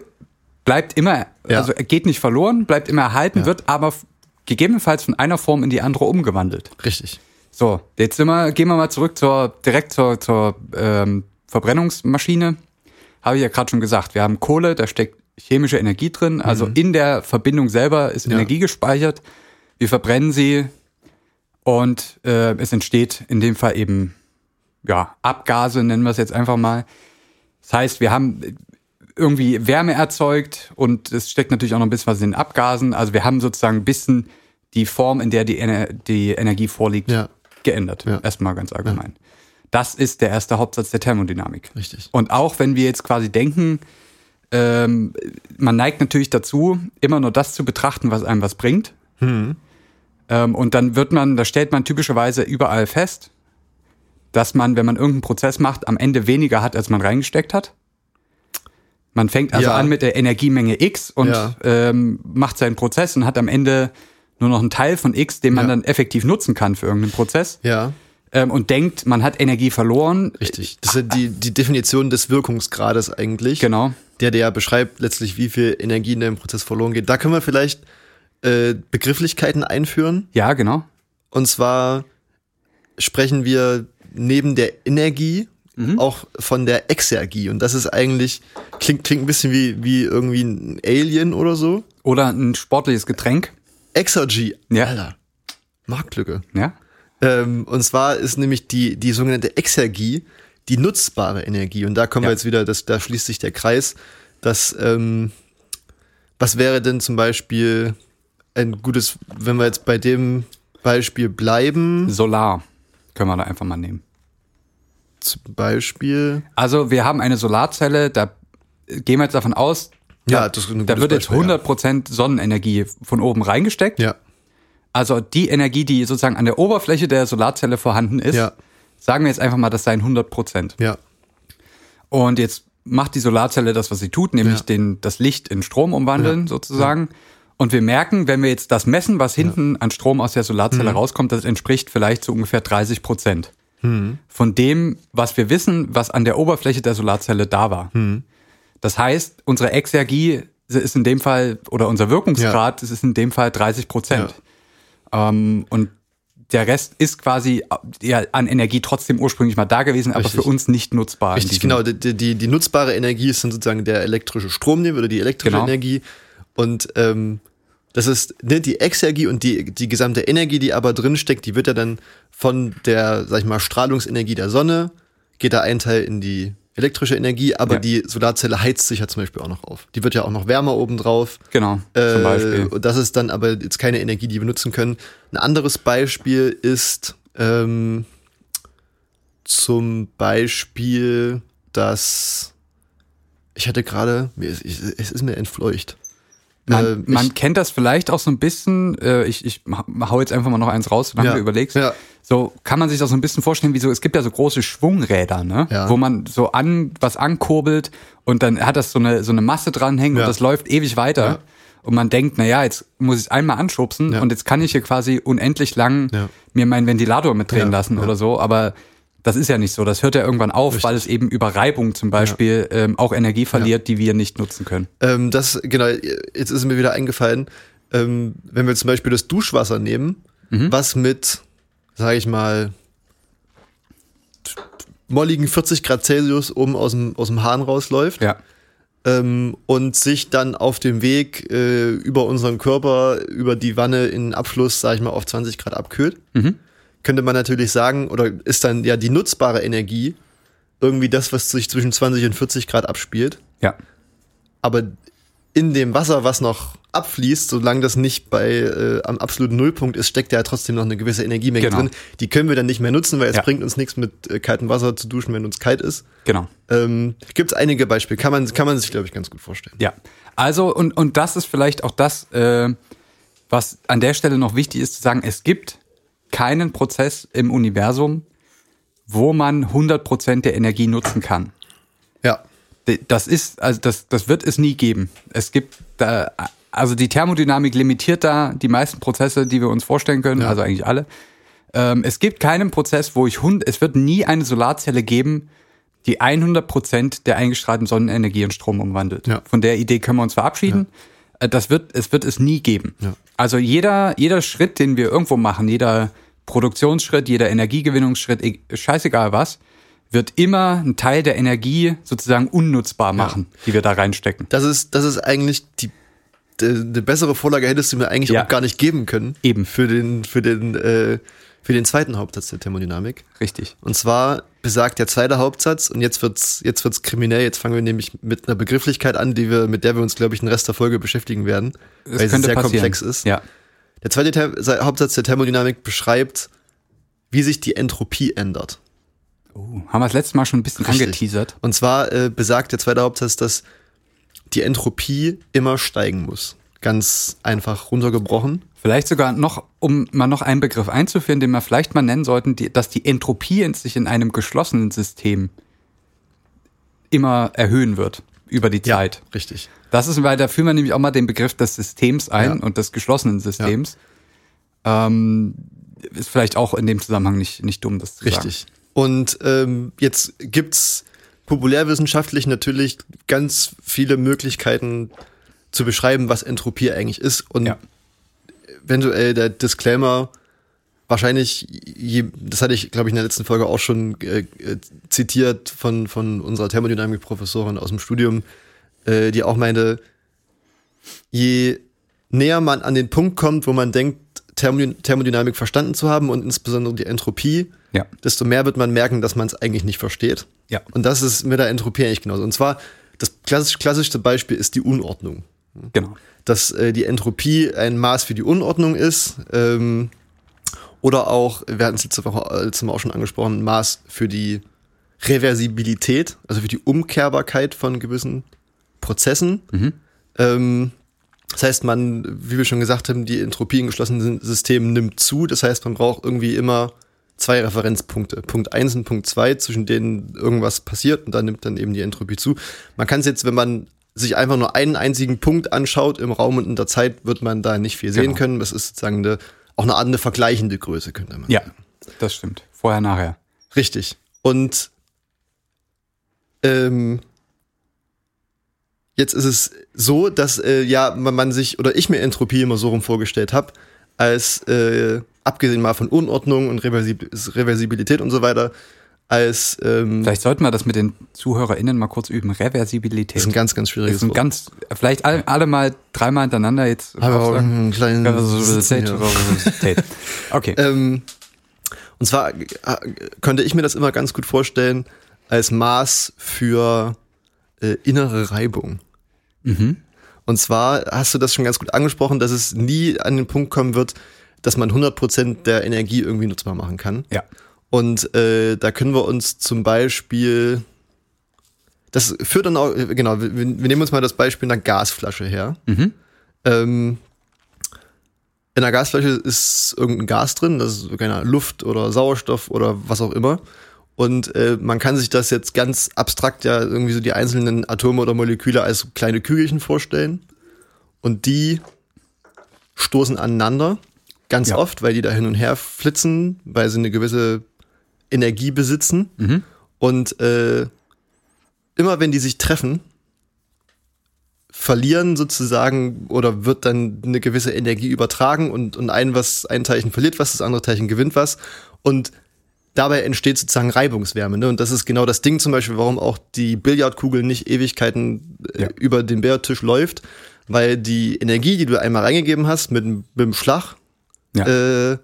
bleibt immer,
Ja.
also geht nicht verloren, bleibt immer erhalten, wird aber f- gegebenenfalls von einer Form in die andere umgewandelt.
Richtig.
So, jetzt sind wir, gehen wir mal zurück zur, direkt zur, zur ähm, Verbrennungsmaschine. Habe ich ja gerade schon gesagt, wir haben Kohle, da steckt chemische Energie drin. Also in der Verbindung selber ist Energie gespeichert. Wir verbrennen sie und äh, es entsteht in dem Fall eben ja, Abgase, nennen wir es jetzt einfach mal. Das heißt, wir haben äh, irgendwie Wärme erzeugt und es steckt natürlich auch noch ein bisschen was in den Abgasen. Also wir haben sozusagen ein bisschen die Form, in der die, Ener die Energie vorliegt,
Ja.
geändert.
Ja.
Erstmal ganz allgemein. Das ist der erste Hauptsatz der Thermodynamik.
Richtig.
Und auch wenn wir jetzt quasi denken, ähm, man neigt natürlich dazu, immer nur das zu betrachten, was einem was bringt.
Hm.
Ähm, und dann wird man, da stellt man typischerweise überall fest, dass man, wenn man irgendeinen Prozess macht, am Ende weniger hat, als man reingesteckt hat. Man fängt also
Ja.
an mit der Energiemenge X und
Ja.
ähm, macht seinen Prozess und hat am Ende nur noch einen Teil von X, den man
Ja.
dann effektiv nutzen kann für irgendeinen Prozess
Ja,
ähm, und denkt, man hat Energie verloren.
richtig. Das ist ja die, die Definition des Wirkungsgrades eigentlich.
Genau.
Der, der beschreibt letztlich, wie viel Energie in dem Prozess verloren geht. Da können wir vielleicht äh, Begrifflichkeiten einführen.
Ja, genau.
Und zwar sprechen wir neben der Energie auch von der Exergie. Und das ist eigentlich, klingt, klingt ein bisschen wie, wie irgendwie ein Alien oder so.
Oder ein sportliches Getränk.
Exergie.
Ja.
Alter. Marktlücke.
Ja.
Ähm, und zwar ist nämlich die, die sogenannte Exergie die nutzbare Energie. Und da kommen wir
Ja.
jetzt wieder, das, da schließt sich der Kreis, dass, ähm, was wäre denn zum Beispiel ein gutes, wenn wir jetzt bei dem Beispiel bleiben,
Solar können wir da einfach mal nehmen.
zum Beispiel,
Also wir haben eine Solarzelle, da gehen wir jetzt davon aus,
ja, das ist ein
da
gutes
wird jetzt
Beispiel,
100% Sonnenenergie von oben reingesteckt.
Ja.
Also die Energie, die sozusagen an der Oberfläche der Solarzelle vorhanden ist,
Ja.
sagen wir jetzt einfach mal, das seien 100%.
ja, ja,
Und jetzt macht die Solarzelle das, was sie tut, nämlich
Ja.
den, das Licht in Strom umwandeln sozusagen. Und wir merken, wenn wir jetzt das messen, was hinten an Strom aus der Solarzelle
Mhm.
rauskommt, das entspricht vielleicht so ungefähr 30 Prozent
Mhm.
von dem, was wir wissen, was an der Oberfläche der Solarzelle da war.
Mhm.
Das heißt, unsere Exergie ist in dem Fall, oder unser Wirkungsgrad ist in dem Fall 30 Prozent. Ähm, und der Rest ist quasi ja, an Energie trotzdem ursprünglich mal da gewesen, aber
Richtig.
für uns nicht nutzbar. in
richtig,
diesem
genau. Die, die- die, die nutzbare Energie ist dann sozusagen der elektrische Strom, den wir- oder die elektrische
Genau.
Energie. Und ähm, das ist ne, die Exergie und die, die gesamte Energie, die aber drin steckt, die wird ja dann von der, sag ich mal, Strahlungsenergie der Sonne, geht da ein Teil in die elektrische Energie, aber
Ja.
die Solarzelle heizt sich ja zum Beispiel auch noch auf. Die wird ja auch noch wärmer obendrauf.
Genau,
Äh,
zum Beispiel.
Und das ist dann aber jetzt keine Energie, die wir nutzen können. Ein anderes Beispiel ist ähm, zum Beispiel, dass ich hatte gerade, mir ist- ich- es ist mir entfleucht.
Man,
äh,
man
ich-
kennt das vielleicht auch so ein bisschen, äh, ich, ich hau jetzt einfach mal noch eins raus, solange
Ja,
du überlegst.
ja.
So kann man sich das so ein bisschen vorstellen, wie so, es gibt ja so große Schwungräder, ne?
Ja.
Wo man so an was ankurbelt und dann hat das so eine, so eine Masse dranhängen
Ja.
und das läuft ewig weiter.
Ja.
Und man denkt, na ja, jetzt muss ich es einmal anschubsen
Ja.
und jetzt kann ich hier quasi unendlich lang
Ja.
mir meinen Ventilator mitdrehen
Ja,
lassen oder so, aber das ist ja nicht so. Das hört ja irgendwann auf, weil es eben über Reibung zum Beispiel ähm, auch Energie verliert, die wir nicht nutzen können.
Ähm, das, genau, jetzt ist mir wieder eingefallen, ähm, wenn wir zum Beispiel das Duschwasser nehmen,
Mhm.
was mit, sage ich mal, molligen 40 Grad Celsius oben aus dem, aus dem Hahn rausläuft
Ja.
ähm, und sich dann auf dem Weg äh, über unseren Körper, über die Wanne in den Abfluss, sage ich mal, auf 20 Grad abkühlt,
Mhm.
könnte man natürlich sagen, oder ist dann ja die nutzbare Energie irgendwie das, was sich zwischen 20 und 40 Grad abspielt
Ja.
aber in dem Wasser, was noch abfließt, solange das nicht bei äh, am absoluten Nullpunkt ist, steckt ja trotzdem noch eine gewisse Energiemenge
Genau.
drin. Die können wir dann nicht mehr nutzen, weil es
Ja.
bringt uns nichts mit äh, kaltem Wasser zu duschen, wenn uns kalt ist.
Genau.
Ähm, Gibt es einige Beispiele, kann man, kann man sich, glaube ich, ganz gut vorstellen.
Ja, also und, und das ist vielleicht auch das, äh, was an der Stelle noch wichtig ist zu sagen, es gibt keinen Prozess im Universum, wo man 100% der Energie nutzen kann.
Ja,
D- Das ist, also das, das wird es nie geben. Es gibt da, also die Thermodynamik limitiert da die meisten Prozesse, die wir uns vorstellen können, also eigentlich alle. Ähm, es gibt keinen Prozess, wo ich hund, es wird nie eine Solarzelle geben, die 100% der eingestrahlten Sonnenenergie in Strom umwandelt.
Ja.
Von der Idee können wir uns verabschieden. Äh, Das wird, es wird es nie geben.
Ja.
Also jeder, jeder Schritt, den wir irgendwo machen, jeder Produktionsschritt, jeder Energiegewinnungsschritt, e- scheißegal was, wird immer einen Teil der Energie sozusagen unnutzbar machen, die wir da reinstecken.
das ist, das ist eigentlich die, die eine bessere Vorlage hättest du mir eigentlich
Ja.
auch gar nicht geben können.
Eben.
Für den, für den, äh, für den zweiten Hauptsatz der Thermodynamik.
Richtig.
Und zwar besagt der zweite Hauptsatz und jetzt wird's, jetzt wird's kriminell. Jetzt fangen wir nämlich mit einer Begrifflichkeit an, die wir, mit der wir uns, glaube ich, den Rest der Folge beschäftigen werden,
Es
weil sie
könnte
sehr
passieren.
komplex ist.
Ja.
Der zweite Te Sa- Hauptsatz der Thermodynamik beschreibt, wie sich die Entropie ändert.
Oh, haben wir das letzte Mal schon ein bisschen
Richtig.
angeteasert.
Und zwar äh, besagt der zweite Hauptsatz, dass die Entropie immer steigen muss. Ganz einfach runtergebrochen.
Vielleicht sogar noch, um mal noch einen Begriff einzuführen, den wir vielleicht mal nennen sollten, die, dass die Entropie in sich in einem geschlossenen System immer erhöhen wird über die Zeit.
Richtig.
Das ist, weil da führen wir nämlich auch mal den Begriff des Systems ein
Ja.
und des geschlossenen Systems. Ähm, ist vielleicht auch in dem Zusammenhang nicht, nicht dumm, das zu sagen.
Richtig. Und ähm, jetzt gibt's populärwissenschaftlich natürlich ganz viele Möglichkeiten zu beschreiben, was Entropie eigentlich ist. Und
Ja.
eventuell der Disclaimer, wahrscheinlich, je, das hatte ich, glaube ich, in der letzten Folge auch schon äh, äh, zitiert von, von unserer Thermodynamik-Professorin aus dem Studium, äh, die auch meinte, je näher man an den Punkt kommt, wo man denkt, Thermody Thermodynamik verstanden zu haben und insbesondere die Entropie,
Ja.
desto mehr wird man merken, dass man es eigentlich nicht versteht.
Ja.
Und das ist mit der Entropie eigentlich genauso. Und zwar, das klassisch, klassischste Beispiel ist die Unordnung.
Genau.
Dass äh, die Entropie ein Maß für die Unordnung ist. Ähm, oder auch, wir hatten es letzte Woche äh, letztes Mal auch schon angesprochen, ein Maß für die Reversibilität, also für die Umkehrbarkeit von gewissen Prozessen. Ähm, das heißt, man, wie wir schon gesagt haben, die Entropie in geschlossenen Systemen nimmt zu. Das heißt, man braucht irgendwie immer zwei Referenzpunkte. Punkt 1 und Punkt 2, zwischen denen irgendwas passiert und dann nimmt dann eben die Entropie zu. Man kann es jetzt, wenn man sich einfach nur einen einzigen Punkt anschaut im Raum und in der Zeit, wird man da nicht viel sehen
Genau.
können. Das ist sozusagen eine, auch eine andere vergleichende Größe, könnte man
Ja, das stimmt. Vorher, nachher.
Richtig. Und ähm, jetzt ist es so, dass äh, ja man, man sich oder ich mir Entropie immer so rum vorgestellt habe, als äh, abgesehen mal von Unordnung und Reversib Reversibilität und so weiter, als ähm, das
Vielleicht sollten wir das mit den ZuhörerInnen mal kurz üben. Reversibilität.
ist ein ganz, ganz
Das
schwieriges
ist ein
Wort.
ganz, vielleicht alle, alle mal dreimal hintereinander jetzt. im
Haben wir
Kopf
auch
sagen.
einen kleinen Sitzen
Reversibilität.
hier.
Reversibilität. Okay.
Ähm, und zwar äh, könnte ich mir das immer ganz gut vorstellen als Maß für äh, innere Reibung. Und zwar hast du das schon ganz gut angesprochen, dass es nie an den Punkt kommen wird, dass man 100% der Energie irgendwie nutzbar machen kann.
ja.
Und äh, da können wir uns zum Beispiel, das führt dann auch, genau, wir, wir nehmen uns mal das Beispiel einer Gasflasche her. Ähm, in einer Gasflasche ist irgendein Gas drin, das ist keine Ahnung, Luft oder Sauerstoff oder was auch immer. Und äh, man kann sich das jetzt ganz abstrakt ja irgendwie so die einzelnen Atome oder Moleküle als kleine Kügelchen vorstellen. Und die stoßen aneinander ganz
Ja.
oft, weil die da hin und her flitzen, weil sie eine gewisse Energie besitzen. Und äh, immer wenn die sich treffen, verlieren sozusagen oder wird dann eine gewisse Energie übertragen und, und ein, was, ein Teilchen verliert was, das andere Teilchen gewinnt was. Und dabei entsteht sozusagen Reibungswärme. Ne? Und das ist genau das Ding zum Beispiel, warum auch die Billardkugel nicht Ewigkeiten äh,
Ja.
über den Billardtisch läuft, weil die Energie, die du einmal reingegeben hast mit, dem- mit dem Schlag,
Ja.
äh,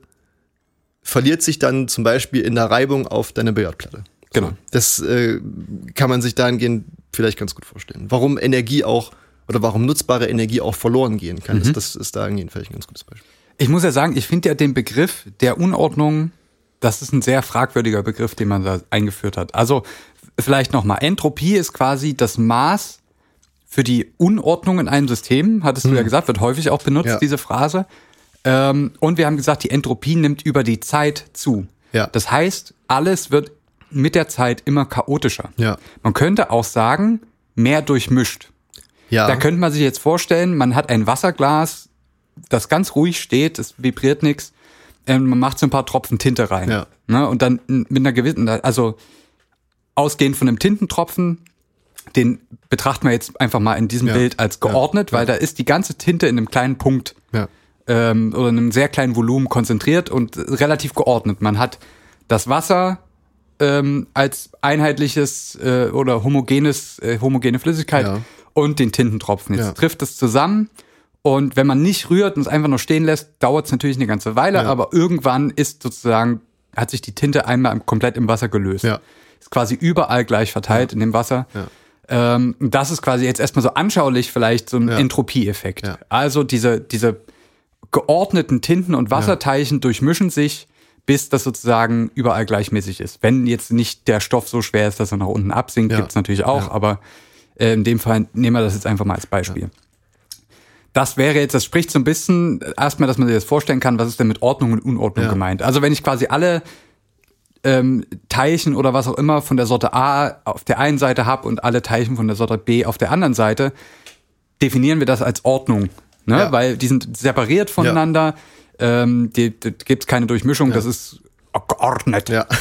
verliert sich dann zum Beispiel in der Reibung auf deine Billardplatte.
Genau.
Das äh, kann man sich dahingehend vielleicht ganz gut vorstellen. Warum Energie auch oder warum nutzbare Energie auch verloren gehen
Mhm.
kann, ist, das ist dahingehend vielleicht ein ganz gutes Beispiel.
Ich muss ja sagen, ich finde ja den Begriff der Unordnung, das ist ein sehr fragwürdiger Begriff, den man da eingeführt hat. Also vielleicht nochmal, Entropie ist quasi das Maß für die Unordnung in einem System, hattest du ja gesagt, wird häufig auch benutzt,
Hm. Ja.
diese Phrase. Ähm, und wir haben gesagt, die Entropie nimmt über die Zeit zu.
Ja.
Das heißt, alles wird mit der Zeit immer chaotischer.
Ja.
Man könnte auch sagen, mehr durchmischt.
Ja,
Da könnte man sich jetzt vorstellen, man hat ein Wasserglas, das ganz ruhig steht, es vibriert nichts, ähm, man macht so ein paar Tropfen Tinte rein.
Ja.
Ne? Und dann n- mit einer gewissen, also ausgehend von einem Tintentropfen, den betrachten wir jetzt einfach mal in diesem
Ja.
Bild als geordnet, weil da ist die ganze Tinte in einem kleinen Punkt
ja,
ähm, oder in einem sehr kleinen Volumen konzentriert und relativ geordnet. Man hat das Wasser ähm, als einheitliches äh, oder homogenes, äh, homogene Flüssigkeit
Ja.
und den Tintentropfen. Jetzt
Ja.
trifft es zusammen und wenn man nicht rührt und es einfach nur stehen lässt, dauert es natürlich eine ganze Weile,
Ja.
aber irgendwann ist sozusagen, hat sich die Tinte einmal im- komplett im Wasser gelöst.
Ja.
Ist quasi überall gleich verteilt in dem Wasser. Ähm, das ist quasi jetzt erstmal so anschaulich vielleicht so ein Entropieeffekt.
Ja.
Also diese, diese geordneten Tinten und Wasserteilchen durchmischen sich, bis das sozusagen überall gleichmäßig ist. Wenn jetzt nicht der Stoff so schwer ist, dass er nach unten absinkt,
Ja.
gibt's natürlich auch, aber äh, in dem Fall nehmen wir das jetzt einfach mal als Beispiel. Das wäre jetzt, das spricht so ein bisschen erstmal, dass man sich das vorstellen kann, was ist denn mit Ordnung und Unordnung
Ja.
gemeint. Also wenn ich quasi alle ähm, Teilchen oder was auch immer von der Sorte A auf der einen Seite habe und alle Teilchen von der Sorte B auf der anderen Seite, definieren wir das als Ordnung. Ne?
Ja.
Weil die sind separiert voneinander, ähm, die, die gibt es keine Durchmischung, das ist geordnet.
Ja.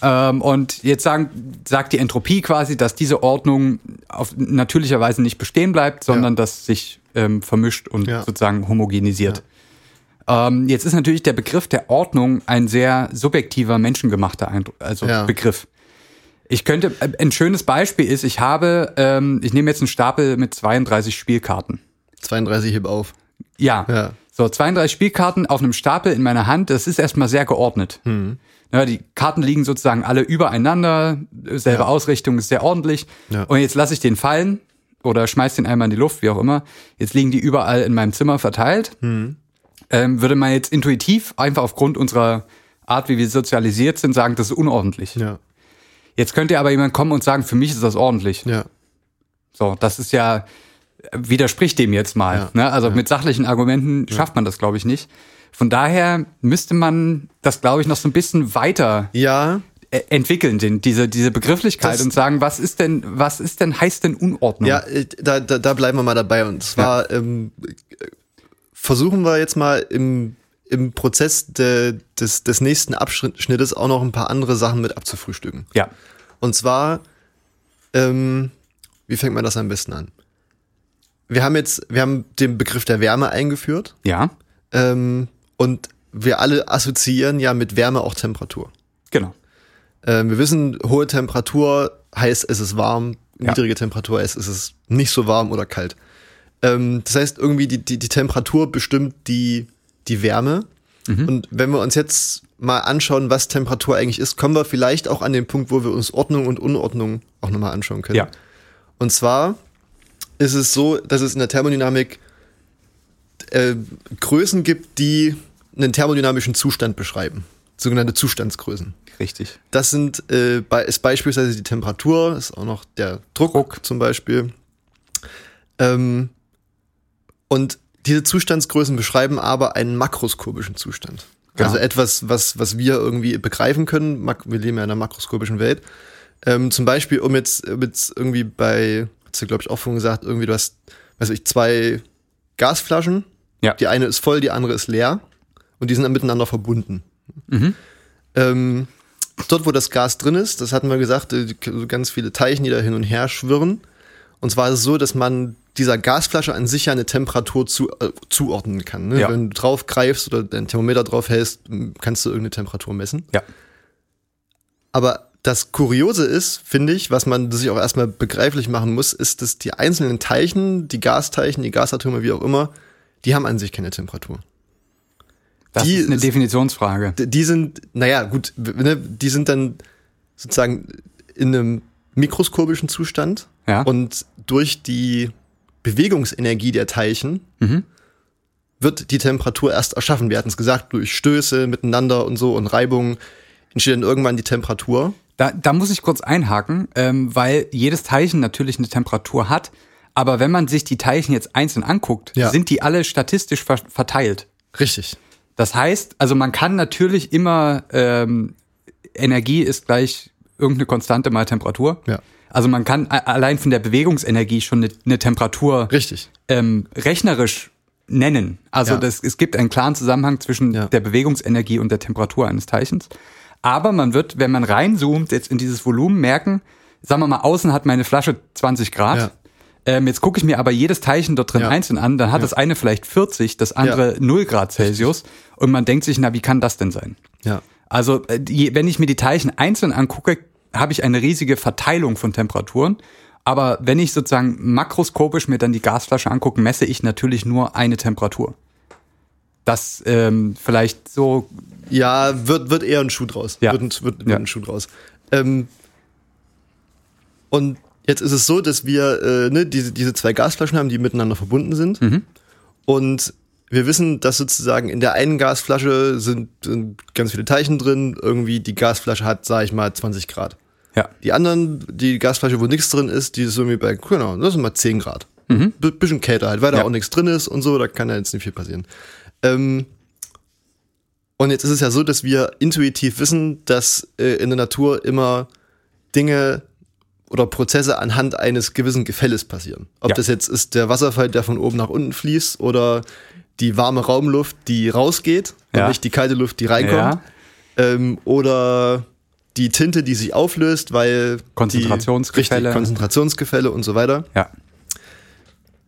Ähm, und jetzt sagen, sagt die Entropie quasi, dass diese Ordnung auf natürlicher Weise nicht bestehen bleibt, sondern dass sich ähm, vermischt und
Ja.
sozusagen homogenisiert. Ähm, jetzt ist natürlich der Begriff der Ordnung ein sehr subjektiver, menschengemachter Eindruck, also
Ja.
Begriff. Ich könnte, äh, ein schönes Beispiel ist, ich habe, ähm, ich nehme jetzt einen Stapel mit 32 Spielkarten.
32 heb auf.
Ja.
Ja.
So, 32 Spielkarten auf einem Stapel in meiner Hand, das ist erstmal sehr geordnet.
Hm.
Ja, die Karten liegen sozusagen alle übereinander, selbe Ausrichtung ist sehr ordentlich.
Ja.
Und jetzt lasse ich den fallen oder schmeiß den einmal in die Luft, wie auch immer. Jetzt liegen die überall in meinem Zimmer verteilt.
Hm.
Ähm, würde man jetzt intuitiv einfach aufgrund unserer Art, wie wir sozialisiert sind, sagen, das ist unordentlich.
Ja.
Jetzt könnte aber jemand kommen und sagen, für mich ist das ordentlich.
Ja.
So, das ist ja, widerspricht dem jetzt mal.
Ja,
Ne? Also mit sachlichen Argumenten schafft man das, glaube ich, nicht. Von daher müsste man das, glaube ich, noch so ein bisschen weiter
Ja.
äh, entwickeln, den, diese, diese Begrifflichkeit
Das-
und sagen, was ist denn, was ist denn, heißt denn Unordnung?
Ja, äh, da, da, da bleiben wir mal dabei. Und zwar ähm, äh, versuchen wir jetzt mal im, im Prozess de, des, des nächsten Abschnittes auch noch ein paar andere Sachen mit abzufrühstücken.
ja.
Und zwar, ähm, wie fängt man das am besten an? Wir haben jetzt, wir haben den Begriff der Wärme eingeführt
Ja,
ähm, und wir alle assoziieren ja mit Wärme auch Temperatur.
genau.
Ähm, wir wissen, hohe Temperatur heißt, es ist warm,
Ja.
niedrige Temperatur heißt, es ist nicht so warm oder kalt. Ähm, das heißt, irgendwie die, die, die Temperatur bestimmt die, die Wärme.
Mhm.
Und wenn wir uns jetzt mal anschauen, was Temperatur eigentlich ist, kommen wir vielleicht auch an den Punkt, wo wir uns Ordnung und Unordnung auch nochmal anschauen können.
Ja.
Und zwar ist es so, dass es in der Thermodynamik äh, Größen gibt, die einen thermodynamischen Zustand beschreiben. Sogenannte Zustandsgrößen.
Richtig.
Das sind äh, bei- ist beispielsweise die Temperatur, ist auch noch der Druck,
Druck.
zum Beispiel. Ähm, und diese Zustandsgrößen beschreiben aber einen makroskopischen Zustand.
Genau.
Also etwas, was, was wir irgendwie begreifen können. Mak wir leben ja in einer makroskopischen Welt. Ähm, zum Beispiel, um jetzt, um jetzt irgendwie bei, hast du glaube ich auch vorhin gesagt, irgendwie du hast, weiß ich, zwei Gasflaschen.
Ja.
Die eine ist voll, die andere ist leer. Und die sind dann miteinander verbunden. Ähm, dort, wo das Gas drin ist, das hatten wir gesagt, äh, die- so ganz viele Teilchen, die da hin und her schwirren. Und zwar ist es so, dass man dieser Gasflasche an sich ja eine Temperatur zu, äh, zuordnen kann. Ne?
Ja.
Wenn du drauf greifst oder dein Thermometer drauf hältst, m, kannst du irgendeine Temperatur messen.
Ja.
Aber das Kuriose ist, finde ich, was man sich auch erstmal begreiflich machen muss, ist, dass die einzelnen Teilchen, die Gasteilchen, die Gasatome, wie auch immer, die haben an sich keine Temperatur.
Das
Die
ist eine
ist-
Definitionsfrage.
D- die sind, naja, gut, w- ne, die sind dann sozusagen in einem mikroskopischen Zustand
Ja.
und durch die Bewegungsenergie der Teilchen wird die Temperatur erst erschaffen. Wir hatten es gesagt, durch Stöße miteinander und so und Reibungen entsteht dann irgendwann die Temperatur.
Da, da muss ich kurz einhaken, ähm, weil jedes Teilchen natürlich eine Temperatur hat. Aber wenn man sich die Teilchen jetzt einzeln anguckt,
Ja.
sind die alle statistisch ver verteilt.
Richtig.
Das heißt, also man kann natürlich immer ähm, Energie ist gleich irgendeine Konstante mal Temperatur.
Ja.
Also man kann a- allein von der Bewegungsenergie schon eine, eine Temperatur
Richtig.
ähm, rechnerisch nennen. Also
Ja.
das, es gibt einen klaren Zusammenhang zwischen
Ja.
der Bewegungsenergie und der Temperatur eines Teilchens. Aber man wird, wenn man reinzoomt jetzt in dieses Volumen, merken, sagen wir mal, außen hat meine Flasche 20 Grad.
Ja.
Ähm, jetzt gucke ich mir aber jedes Teilchen dort drin
Ja.
einzeln an, dann hat das eine vielleicht 40, das andere 0 Grad Celsius. Und man denkt sich, na, wie kann das denn sein?
Ja.
Also äh, die, wenn ich mir die Teilchen einzeln angucke, habe ich eine riesige Verteilung von Temperaturen. Aber wenn ich sozusagen makroskopisch mir dann die Gasflasche angucke, messe ich natürlich nur eine Temperatur. Das ähm, vielleicht so,
Ja, wird, wird eher ein Schuh draus.
Ja.
Wird, ein- wird, wird
Ja.
ein Schuh draus. Ähm, Und jetzt ist es so, dass wir äh, ne, diese, diese zwei Gasflaschen haben, die miteinander verbunden sind.
Mhm.
Und wir wissen, dass sozusagen in der einen Gasflasche sind, sind ganz viele Teilchen drin. Irgendwie die Gasflasche hat, sage ich mal, 20 Grad.
Ja.
Die anderen, die Gasflasche, wo nichts drin ist, die ist irgendwie bei, genau, das sind mal 10 Grad. B bisschen kälter halt, weil da
Mhm. Ja.
auch nichts drin ist und so, da kann ja jetzt nicht viel passieren. Ähm, und jetzt ist es ja so, dass wir intuitiv wissen, dass äh, in der Natur immer Dinge oder Prozesse anhand eines gewissen Gefälles passieren. Ob
Ja.
das jetzt ist der Wasserfall, der von oben nach unten fließt oder die warme Raumluft, die rausgeht
Ja.
und nicht die kalte Luft, die reinkommt.
Ja.
Ähm, oder die Tinte, die sich auflöst, weil die-
Konzentrationsgefälle.
richtig, Konzentrationsgefälle und so weiter.
Ja.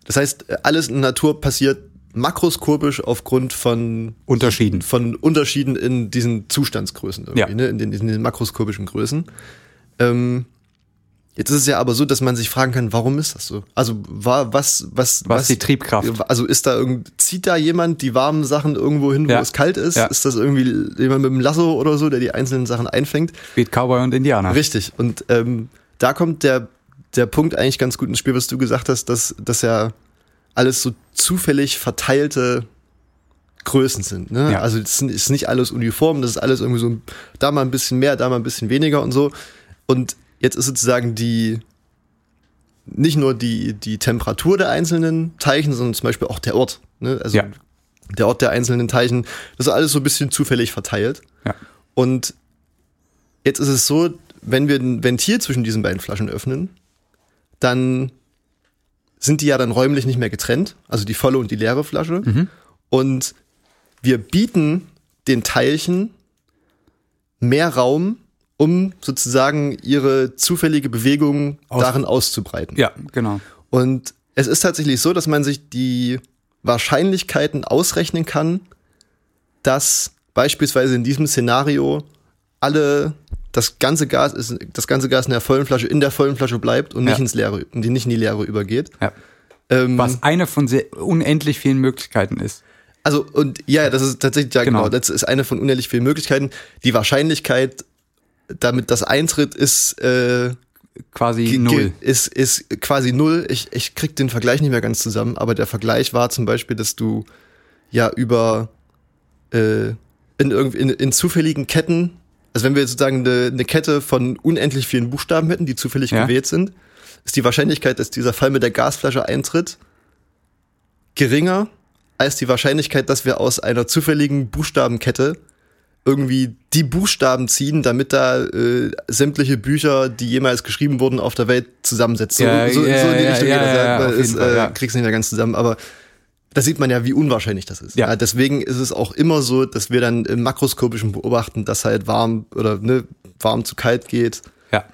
Das heißt, alles in der Natur passiert makroskopisch aufgrund von,
Unterschieden.
von Unterschieden in diesen Zustandsgrößen irgendwie,
Ja.
ne? in, den, in den makroskopischen Größen. Ähm, jetzt ist es ja aber so, dass man sich fragen kann, warum ist das so? Also war was was
Was die Triebkraft?
Also ist da irgend zieht da jemand die warmen Sachen irgendwo hin, wo
Ja.
es kalt ist?
Ja.
Ist das irgendwie jemand mit dem Lasso oder so, der die einzelnen Sachen einfängt?
Spielt Cowboy und Indianer.
Richtig. Und ähm, da kommt der, der Punkt eigentlich ganz gut ins Spiel, was du gesagt hast, dass, dass ja alles so zufällig verteilte Größen sind. Ne?
Ja.
Also es sind- ist nicht alles uniform, das ist alles irgendwie so ein- da mal ein bisschen mehr, da mal ein bisschen weniger und so. Und jetzt ist sozusagen die nicht nur die, die Temperatur der einzelnen Teilchen, sondern zum Beispiel auch der Ort. Ne? Also
Ja.
der Ort der einzelnen Teilchen, das ist alles so ein bisschen zufällig verteilt.
Ja.
Und jetzt ist es so, wenn wir ein Ventil zwischen diesen beiden Flaschen öffnen, dann sind die ja dann räumlich nicht mehr getrennt, also die volle und die leere Flasche. Und wir bieten den Teilchen mehr Raum, um sozusagen ihre zufällige Bewegung
Aus-
darin auszubreiten.
Ja, genau.
Und es ist tatsächlich so, dass man sich die Wahrscheinlichkeiten ausrechnen kann, dass beispielsweise in diesem Szenario alle das ganze Gas ist das ganze Gas in der vollen Flasche in der vollen Flasche bleibt und nicht
Ja.
ins leere und die nicht in die leere übergeht.
Ja.
Ähm,
Was eine von sehr unendlich vielen Möglichkeiten ist.
Also und ja, ja, das ist tatsächlich ja genau.
Genau.
Das ist eine von unendlich vielen Möglichkeiten. Die Wahrscheinlichkeit, damit das eintritt, ist äh,
Quasi
Ge-
null.
Ist, ist quasi null. Ich, ich krieg den Vergleich nicht mehr ganz zusammen, aber der Vergleich war zum Beispiel, dass du ja über äh, in, irgend- in, in zufälligen Ketten, also wenn wir sozusagen eine, eine Kette von unendlich vielen Buchstaben hätten, die zufällig
Ja.
gewählt sind, ist die Wahrscheinlichkeit, dass dieser Fall mit der Gasflasche eintritt, geringer als die Wahrscheinlichkeit, dass wir aus einer zufälligen Buchstabenkette irgendwie die Buchstaben ziehen, damit da äh, sämtliche Bücher, die jemals geschrieben wurden, auf der Welt zusammensetzen.
Ja,
so, so,
ja,
so in die
ja,
Richtung
ja,
geht das,
ja, ja,
weil
auf jeden
es,
Fall,
äh,
ja.
krieg's nicht mehr ganz zusammen, aber da sieht man ja, wie unwahrscheinlich das ist.
Ja.
deswegen ist es auch immer so, dass wir dann im makroskopischen Beobachten, dass halt warm oder ne, warm zu kalt geht.
Ja.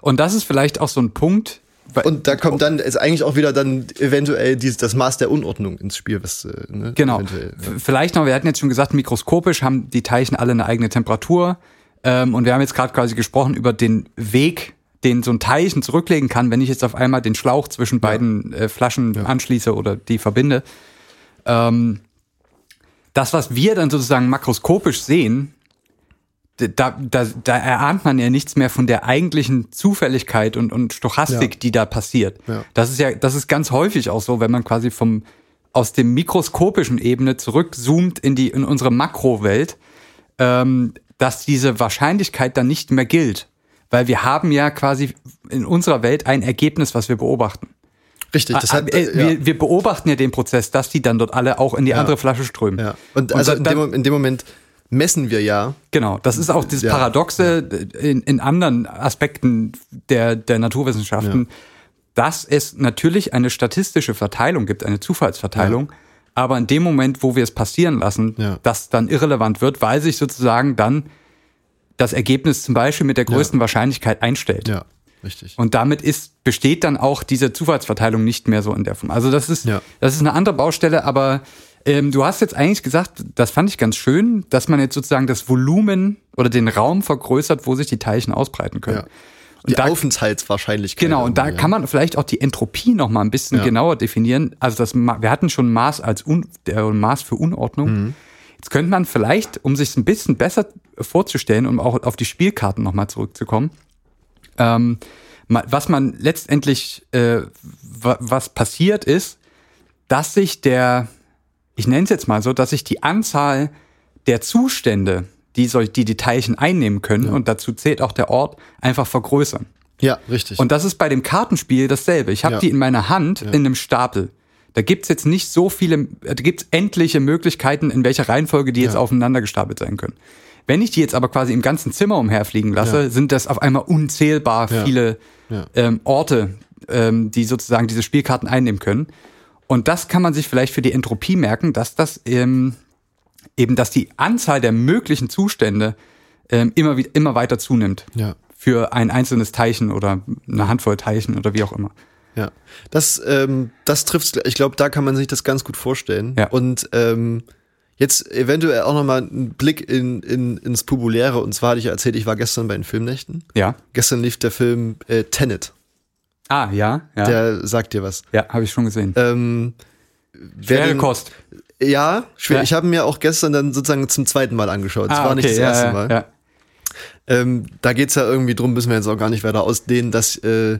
Und das ist vielleicht auch so ein Punkt. weil-
Und da kommt dann, ist eigentlich auch wieder dann eventuell dieses, das Maß der Unordnung ins Spiel, was, äh, ne,
Genau.
eventuell, ja.
V- Vielleicht noch, wir hatten jetzt schon gesagt, mikroskopisch haben die Teilchen alle eine eigene Temperatur. Ähm, und wir haben jetzt gerade quasi gesprochen über den Weg, den so ein Teilchen zurücklegen kann, wenn ich jetzt auf einmal den Schlauch zwischen beiden äh, Flaschen anschließe oder die verbinde. Ähm, das, was wir dann sozusagen makroskopisch sehen, d- da, da, da erahnt man ja nichts mehr von der eigentlichen Zufälligkeit und, und Stochastik,
Ja.
die da passiert.
Ja.
Das ist ja, das ist ganz häufig auch so, wenn man quasi vom aus dem mikroskopischen Ebene zurückzoomt in die in unsere Makrowelt, ähm, dass diese Wahrscheinlichkeit dann nicht mehr gilt, weil wir haben ja quasi in unserer Welt ein Ergebnis, was wir beobachten.
Richtig, das hat,
Äh,
ja.
wir, wir beobachten ja den Prozess, dass die dann dort alle auch in die andere Flasche strömen.
Ja. Und, also
da-
in
da-
dem, Mom- in dem Moment messen wir ja.
Genau, das ist auch dieses
Ja.
Paradoxe in, in anderen Aspekten der, der Naturwissenschaften, dass es natürlich eine statistische Verteilung gibt, eine Zufallsverteilung, aber in dem Moment, wo wir es passieren lassen,
Ja.
das dann irrelevant wird, weil sich sozusagen dann das Ergebnis zum Beispiel mit der größten Wahrscheinlichkeit einstellt.
Ja, richtig.
Und damit ist, besteht dann auch diese Zufallsverteilung nicht mehr so in der Form. Also das ist,
Ja.
das ist eine andere Baustelle, aber ähm, du hast jetzt eigentlich gesagt, das fand ich ganz schön, dass man jetzt sozusagen das Volumen oder den Raum vergrößert, wo sich die Teilchen ausbreiten können.
Ja.
Und
die
da,
Aufenthaltswahrscheinlichkeit.
genau, und da
irgendwie, ja.
kann man vielleicht auch die Entropie noch mal ein bisschen
Ja.
genauer definieren. Also das, Ma- wir hatten schon Maß als Un, der Maß für Unordnung.
Mhm.
Jetzt könnte man vielleicht, um sich ein bisschen besser vorzustellen, um auch auf die Spielkarten noch mal zurückzukommen, ähm, ma- was man letztendlich, äh, wa- was passiert ist, dass sich der, ich nenne es jetzt mal so, dass sich die Anzahl der Zustände, die, soll, die die Teilchen einnehmen können, und dazu zählt auch der Ort, einfach vergrößern.
Ja, richtig.
Und das ist bei dem Kartenspiel dasselbe. Ich habe
Ja.
die in meiner Hand in einem Stapel. Da gibt's jetzt nicht so viele, äh, da gibt's endliche Möglichkeiten, in welcher Reihenfolge die jetzt aufeinander gestapelt sein können. Wenn ich die jetzt aber quasi im ganzen Zimmer umherfliegen lasse, sind das auf einmal unzählbar
Ja.
viele
Ja.
Ähm, Orte, ähm, die sozusagen diese Spielkarten einnehmen können. Und das kann man sich vielleicht für die Entropie merken, dass das ähm, eben, dass die Anzahl der möglichen Zustände ähm, immer, wie- immer weiter zunimmt
ja.
für ein einzelnes Teilchen oder eine Handvoll Teilchen oder wie auch immer.
Ja, das, ähm, das trifft, ich glaube, da kann man sich das ganz gut vorstellen.
Ja.
Und ähm, jetzt eventuell auch nochmal einen Blick in, in, ins Populäre. Und zwar hatte ich ja erzählt, ich war gestern bei den Filmnächten.
Ja.
Gestern lief der Film äh, Tenet.
Ah, ja, ja.
Der sagt dir was.
ja, habe ich schon gesehen.
Ähm, wer
Schwere
den-
Kost.
Ja, schwer.
Ja.
Ich habe mir auch gestern dann sozusagen zum zweiten Mal angeschaut. Es
Ah,
war nicht
okay,
das
ja,
erste
ja,
Mal.
Ja.
Ähm, da geht's ja irgendwie drum, müssen wir jetzt auch gar nicht weiter ausdehnen, dass äh,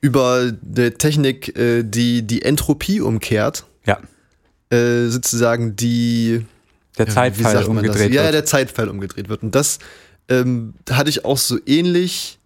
über der Technik, äh, die die Entropie umkehrt,
ja.
äh, sozusagen die
Der Zeitfall umgedreht
das? Ja,
wird.
der Zeitpfeil umgedreht wird. Und das ähm, hatte ich auch so ähnlich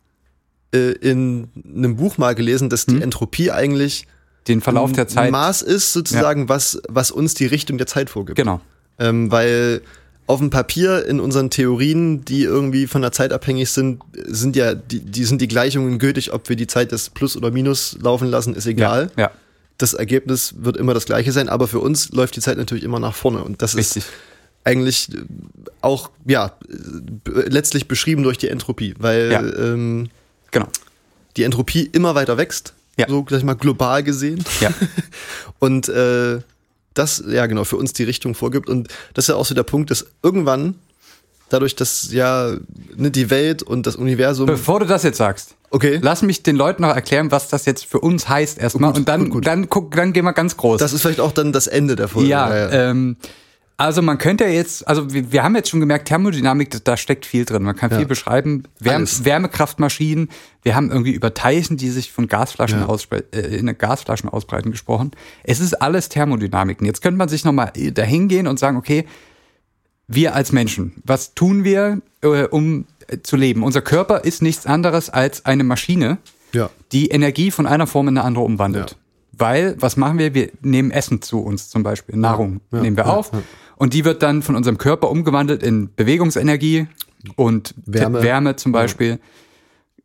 äh, in einem Buch mal gelesen, dass die Entropie eigentlich
Den Verlauf der
ein
Hm? Zeit.
Maß ist, sozusagen, was, was uns die Richtung der Zeit vorgibt.
Genau.
Ähm, weil auf dem Papier in unseren Theorien, die irgendwie von der Zeit abhängig sind, sind ja die, die sind die Gleichungen gültig, ob wir die Zeit des Plus oder Minus laufen lassen, ist egal.
Ja. ja.
Das Ergebnis wird immer das gleiche sein, aber für uns läuft die Zeit natürlich immer nach vorne und das ist
Richtig.
eigentlich äh, auch ja äh, b- letztlich beschrieben durch die Entropie, weil
Ja.
ähm,
Genau.
die Entropie immer weiter wächst,
Ja.
so sag ich mal global gesehen
Ja.
und äh, das ja genau für uns die Richtung vorgibt und das ist ja auch so der Punkt, dass irgendwann dadurch, dass ja ne, die Welt und das Universum
Bevor du das jetzt sagst,
okay
lass mich den Leuten noch erklären, was das jetzt für uns heißt erstmal. und dann,
Oh, gut, gut.
dann guck, dann gehen wir ganz groß.
das ist vielleicht auch dann das Ende der Folge.
Ja,
ja.
Ähm, also man könnte ja jetzt, also wir, wir haben jetzt schon gemerkt, Thermodynamik, da- da steckt viel drin. Man kann viel beschreiben. Wärm,
Alles.
Wärmekraftmaschinen, wir haben irgendwie über Teilchen, die sich von Gasflaschen
Ja.
ausspre- äh, in Gasflaschen ausbreiten gesprochen. Es ist alles Thermodynamik. Und Jetzt könnte man sich nochmal dahin gehen und sagen, okay, wir als Menschen, was tun wir, äh, um äh, zu leben? Unser Körper ist nichts anderes als eine Maschine,
ja.
die Energie von einer Form in eine andere umwandelt. Weil, was machen wir? Wir nehmen Essen zu uns zum Beispiel, Nahrung nehmen wir auf. Und die wird dann von unserem Körper umgewandelt in Bewegungsenergie und
Wärme.
Wärme, zum Beispiel.